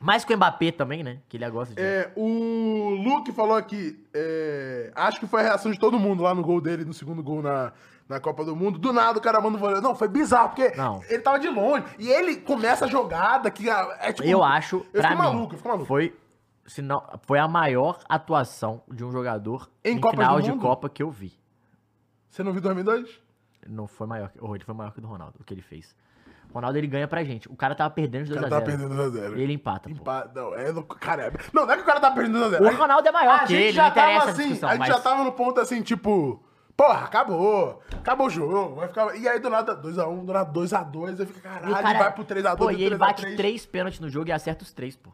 Mais com o Mbappé também, né? Que ele gosta de.
É, o Luke falou aqui, é, acho que foi a reação de todo mundo lá no gol dele, no segundo gol na, na Copa do Mundo. Do nada o cara manda o voleio. Não, foi bizarro, porque
Não.
ele tava de longe. E ele começa a jogada que a- é tipo...
Eu acho,
Eu
pra
fico
mim,
maluco, eu fico maluco.
foi se não, foi a maior atuação de um jogador
Em
em,
Copas
final
do
de
Mundo?
Copa que eu vi.
Você não viu 2002?
Não foi maior, que- ou ele foi maior que o do Ronaldo, o que ele fez. O Ronaldo ele ganha pra gente. O cara tava perdendo de
O
2
cara
a
tava
0.
perdendo 2x0.
E ele empata, pô.
Empa- Não, é louco. Cara, é- não, não é que o cara tá perdendo 2x0.
O Ronaldo é maior que ele, não interessa essa
assim,
discussão,
a gente
mas-
já tava no ponto assim, tipo, porra, acabou, acabou o jogo, vai ficar. E aí do nada 2x1, do nada 2x2, aí fica,
E o
caralho,
cara
vai pro 3x2,
Pô,
do
e ele
3x3.
bate três pênaltis no jogo e acerta os três, pô.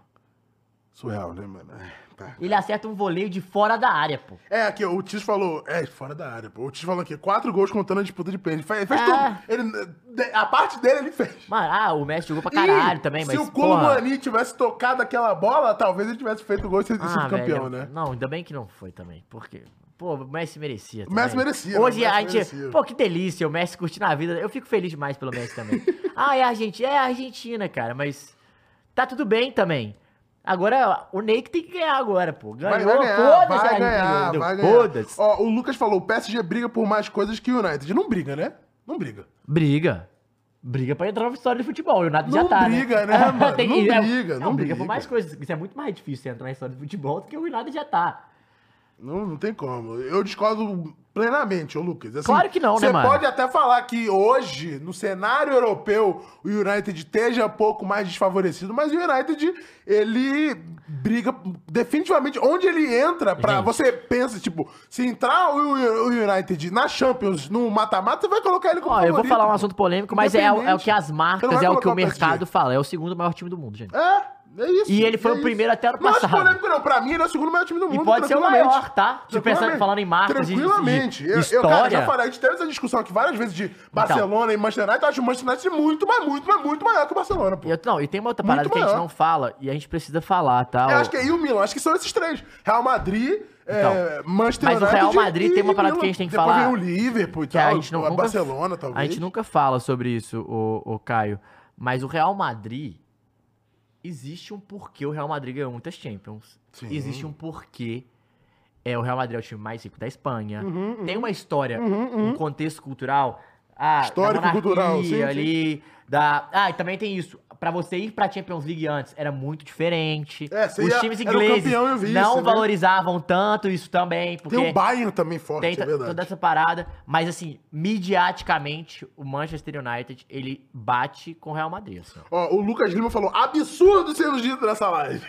Surreal, né, mano? É, tá.
Ele acerta um voleio de fora da área, pô.
É, aqui, o Tis falou. É, fora da área, pô. O Tis falou aqui, quatro gols contando a disputa de pênalti. Ele fez
Ah.
tudo. Ele, de- a parte dele ele fez.
Mano, ah, o Messi jogou pra caralho
E
também,
se
mas
o Colomani
porra.
tivesse tocado aquela bola, talvez ele tivesse feito o gol e sido
Ah,
sido campeão,
velho,
né?
Não, ainda bem que não foi também, porque... Pô, o Messi merecia.
O Messi
também.
merecia,
Hoje
né? O Messi
a gente.
merecia.
Pô, que delícia, o Messi curtindo a vida. Eu fico feliz demais pelo Messi também. ah, é a Argentina, é a Argentina, cara, mas. Tá tudo bem também. Agora, o Ney que tem que ganhar agora, pô.
Vai,
Ganhou,
vai ganhar,
foda-se,
vai
a
ganhar,
Argentina,
vai ganhar.
foda-se.
Ó, o Lucas falou, o PSG briga por mais coisas que o United. Não briga, né? Não briga.
Briga. Briga pra entrar na história do futebol. E o Nato já
Não
tá.
briga, né, mano?
Tem que-
Não
é-
briga, não
briga
briga.
por mais coisas. Isso é muito mais difícil entrar na história do futebol do que o Renato já tá.
Não, não tem como. Eu discordo plenamente, ô Lucas. Assim,
Claro que não, né, mano?
Você pode até falar que hoje, no cenário europeu, o United esteja um pouco mais desfavorecido, mas o United, ele briga definitivamente. Onde ele entra, pra,
Gente.
você pensa, tipo, se entrar o, o United na Champions, no mata-mata, você vai colocar ele como
Ó, eu vou
favorito.
falar um assunto polêmico, mas é, o- é o que as
Independente. Você não
marcas,
vai
é o que
colocar
o
o PSG.
mercado fala. É o segundo maior time do mundo, gente.
É, é isso.
E ele foi
é
o
isso.
primeiro até ano
Não acho
passado.
polêmico, não. Pra mim, ele é o segundo maior time do
E
mundo.
pode ser o
tranquilamente.
maior, tá? Tipo, pensando,
Tranquilamente.
falando em marcas e-
Tranquilamente.
e- e
eu, eu, cara,
história. Então.
já falei, a gente teve essa discussão aqui várias vezes de Barcelona e Manchester United. Eu acho o Manchester United muito, mas muito, mas muito maior que o Barcelona, pô.
E
Eu,
eu- não, e tem uma outra
Muito
parada que a gente
maior.
não fala e a gente precisa falar, tá? Ó,
acho que é aí o Milan, acho que são esses três. Real Madrid, é, Manchester
Então. mas
United
o Real Madrid
e-
tem uma
e
parada
Milan.
que a gente tem que
Depois
falar,
vem o Liverpool e
que a
tal,
gente não,
a
nunca-
Barcelona, talvez.
A gente nunca fala sobre isso, o, Caio. Mas o Real Madrid. Existe um porquê o Real Madrid ganhou muitas Champions.
Sim.
Existe um porquê. É, o Real Madrid é o time mais rico da Espanha.
Uhum,
Tem uma história, um contexto cultural. Ah, da
Histórico,
monarquia
cultural, sim, sim.
ali. Da... Ah, e também tem isso. Pra você ir pra Champions League antes, era muito diferente.
É, você
Os
ia-
times
era o
ingleses
campeão e o vice,
não
né?
valorizavam tanto isso também. Porque
Tem o Bayern também forte,
tem
é
to-
verdade.
toda essa parada, mas assim, midiaticamente, o Manchester United, ele bate com o Real Madrid, assim.
Ó, o Lucas Lima falou, absurdo sendo dito nessa live.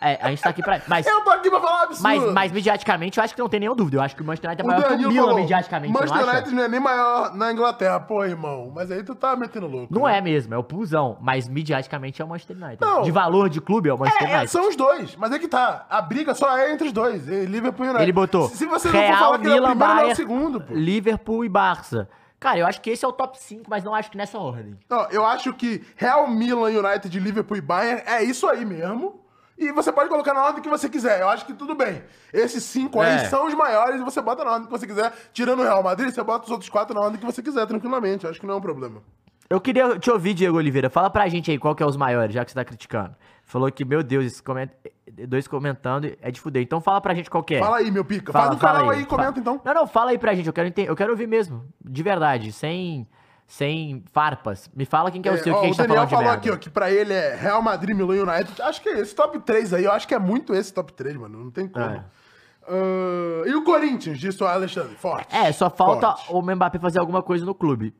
É, a gente tá aqui pra... Mas,
Eu tô aqui pra falar absurdo.
mas, mas midiaticamente, eu acho que não tem nenhuma dúvida. Eu acho que o Manchester United é
O
maior que o
Danilo
Milan
falou,
midiaticamente, não
Manchester
acha?
United não é nem maior na Inglaterra. Pô, irmão, mas aí tu tá metendo louco.
Não
né?
é mesmo, é o Pulsão, mas midiaticamente é o Manchester United.
Não.
De valor de clube é o Manchester
É, é,
United.
são os dois, mas é que tá. A briga só é entre os dois. e Liverpool e United.
Ele botou
Se se você não for
Real,
falar que ele é o
Milan,
primeiro, ele é o
Bayern,
segundo, pô.
Liverpool e Barça. Cara, eu acho que esse é o top 5, mas não acho que nessa ordem.
Não, eu acho que Real, Milan, United, Liverpool e Bayern é isso aí mesmo. E você pode colocar na ordem que você quiser. Eu acho que tudo bem. Esses cinco
É.
aí são os maiores e você bota na ordem que você quiser. Tirando o Real Madrid, você bota os outros quatro na ordem que você quiser, tranquilamente. Eu acho que não é um problema.
Eu queria te ouvir, Diego Oliveira. Fala pra gente aí qual que é os maiores, já que você tá criticando. Falou que, meu Deus, esses coment- dois comentando é de fuder. Então fala pra gente qual que é.
Fala aí, meu pica.
Fala-
Faz um
fala
canal aí e comenta
Fala-
então.
Não, não, fala aí pra gente. Eu quero, ente- eu quero ouvir mesmo. De verdade, sem, sem farpas. Me fala quem que é, o seu,
ó,
que a
o
gente tá
Daniel
falando de
falou
merda.
aqui, ó, que pra ele é Real Madrid, Milan e United. Acho que é esse top 3 aí. Eu acho que é muito esse top 3, mano. Não tem como.
É.
Ah, e o Corinthians, disse o Alexandre. Forte.
É, só falta
Forte.
o Mbappé fazer alguma coisa no clube.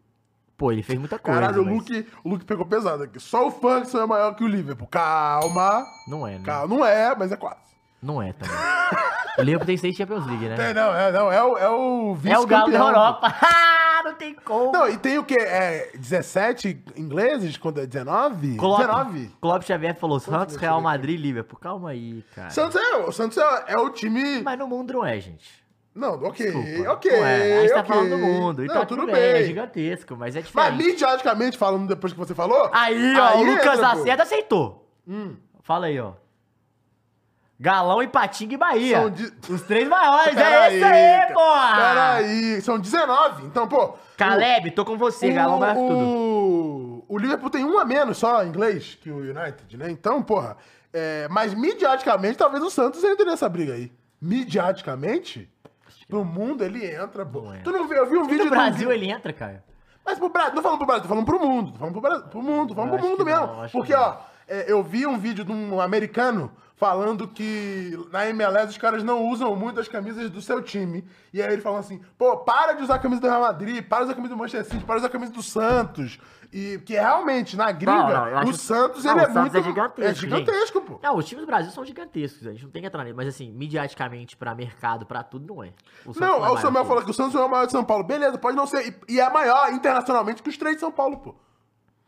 Pô, ele fez muita coisa.
Caralho, o
mas
Luke, o Luke pegou pesado aqui. Só o Ferguson é maior que o Liverpool. Calma.
Não é, né?
Calma. Não é, mas é quase.
Não é também. o Liverpool tem seis Champions League, né?
É, não, é, não, é o, é o vice
É o Galo da Europa. Ah, não tem como.
Não, e tem o quê? É 17 ingleses é contra 19?
Klopp,
19.
Klopp Xavier falou,
deixa
Santos,
eu
Real
ver aqui.
Madrid, Liverpool. Calma aí, cara.
Santos é, o Santos é, é o time...
Mas no mundo não é, gente.
Não, ok,
Desculpa.
ok,
Não é. A gente tá
ok.
falando do mundo. E
não,
tá
tudo bem.
É gigantesco, mas é
Mas
diferente.
midiaticamente, falando depois que você falou...
Aí, ó, o
entra,
Lucas
pô.
Lacerda aceitou.
Hum.
Fala aí, ó. Galão, Ipatinga e Bahia.
São de-
Os três maiores, é
Peraí,
isso aí,
cara.
porra!
Peraí, são 19. Então, pô.
Caleb, tô com você, Galão vai tudo.
o, o Liverpool tem um a menos só em inglês que o United, né? Então, porra. é, mas midiaticamente, talvez o Santos entre nessa briga aí. Midiaticamente, pro mundo ele entra, pô.
Não entra.
Tu não viu? Eu vi um
E
vídeo
no
do-
Brasil ele entra, cara.
Mas pro Brasil, não falando pro Brasil, tô falando pro mundo. Tô falando pro, Brasil, pro mundo, tô falando pro
Eu acho
mundo
que
mesmo.
não, eu acho
Porque,
que não.
ó, é, eu vi um vídeo de um americano falando que na MLS os caras não usam muito as camisas do seu time. E aí ele falando assim, pô, para de usar a camisa do Real Madrid, para de usar a camisa do Manchester City, para de usar a camisa do Santos. E que realmente, na gringa,
não, eu acho
o
que-
Santos,
não,
ele
o
é
Santos
muito...
é gigantesco,
É gigantesco, pô.
Não, os times do Brasil são gigantescos, a gente não tem que entrar nele, mas assim, midiaticamente, pra mercado, pra tudo, não é. O Santos
Não,
é
ó, o
maior
Samuel
que
falou que o Santos é o maior de São Paulo. Beleza, pode não ser. E, e é maior internacionalmente que os três de São Paulo, pô.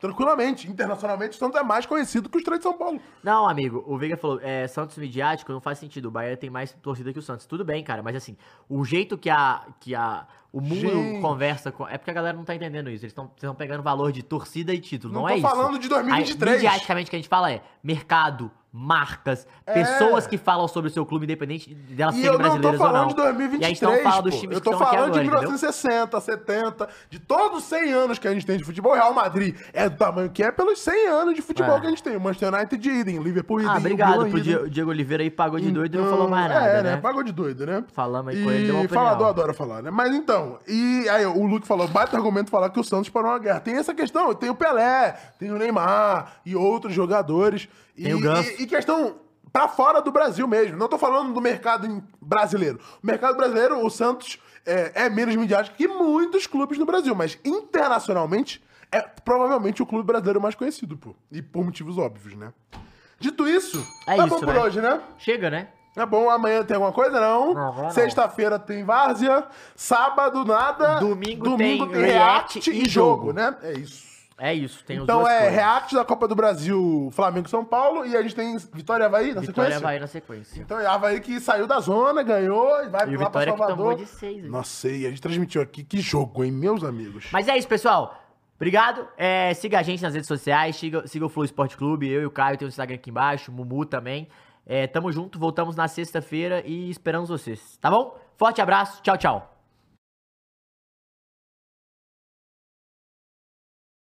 Tranquilamente. Internacionalmente, o Santos é mais conhecido que os três de São Paulo.
Não, amigo, o Veiga falou, é, Santos midiático não faz sentido. O Bahia tem mais torcida que o Santos. Tudo bem, cara, mas assim, o jeito que a. Que a o mundo
Gente.
conversa com. É porque a galera não tá entendendo isso. Eles estão pegando valor de torcida e título. Não,
Não
é
tô
isso.
falando de
Aí,
2023.
midiaticamente, o que a gente fala é mercado, marcas,
É.
pessoas que falam sobre o seu clube, independente delas
E eu
serem
não tô
brasileiras ou
falando
não.
de
é e a
2023,
gente não fala dos
pô.
times
eu
que
tô
estão aqui
falando
agora,
de
entendeu?
1960, 70, de todos os 100 anos que a gente tem de futebol. O Real Madrid é do tamanho que é pelos 100 anos de futebol
É.
que a gente tem. O Manchester United idem, o Liverpool idem,
Ah,
o
obrigado
Milan
pro
idem.
Diego Diego Oliveira aí, pagou de doido e não
Então,
falou mais nada,
é,
né?
Pagou de doido, né?
Falamos aí com ele, deu uma
E
opinião.
falador adora falar, né? Mas então, e aí o Luke falou, baita argumento falar que o Santos parou uma guerra. Tem essa questão, tem o Pelé, tem o Neymar e outros jogadores. E,
Tem o Ganso.
e- e questão pra fora do Brasil mesmo. Não tô falando do mercado em- brasileiro. O mercado brasileiro, o Santos é, é menos midiático que muitos clubes no Brasil, mas internacionalmente é provavelmente o clube brasileiro mais conhecido, pô. E por motivos óbvios, né? Dito isso,
É
tá
isso,
bom por
né?
hoje, né?
Chega, né?
É bom, amanhã tem alguma coisa? Não.
Não, agora não.
Sexta-feira tem várzea, sábado nada.
Domingo tem react e jogo.
né? É isso.
É isso, tem os
então
duas
é
coisas.
react da Copa do Brasil, Flamengo e São Paulo, e a gente tem Vitória e Havaí na
Vitória
sequência.
vai na sequência.
Então é Havaí que saiu da zona, ganhou e vai
E o
lá pra
Vitória é que tomou
Salvador.
de seis. hein?
Nossa, e a gente transmitiu aqui. Que jogo, hein, meus amigos?
Mas é isso, pessoal. Obrigado. É, siga a gente nas redes sociais. Siga, siga o Flow Esporte Clube. Eu e o Caio tem o Instagram aqui embaixo. Mumu também. É, tamo junto. Voltamos na sexta-feira e esperamos vocês. Tá bom? Forte abraço. Tchau, tchau.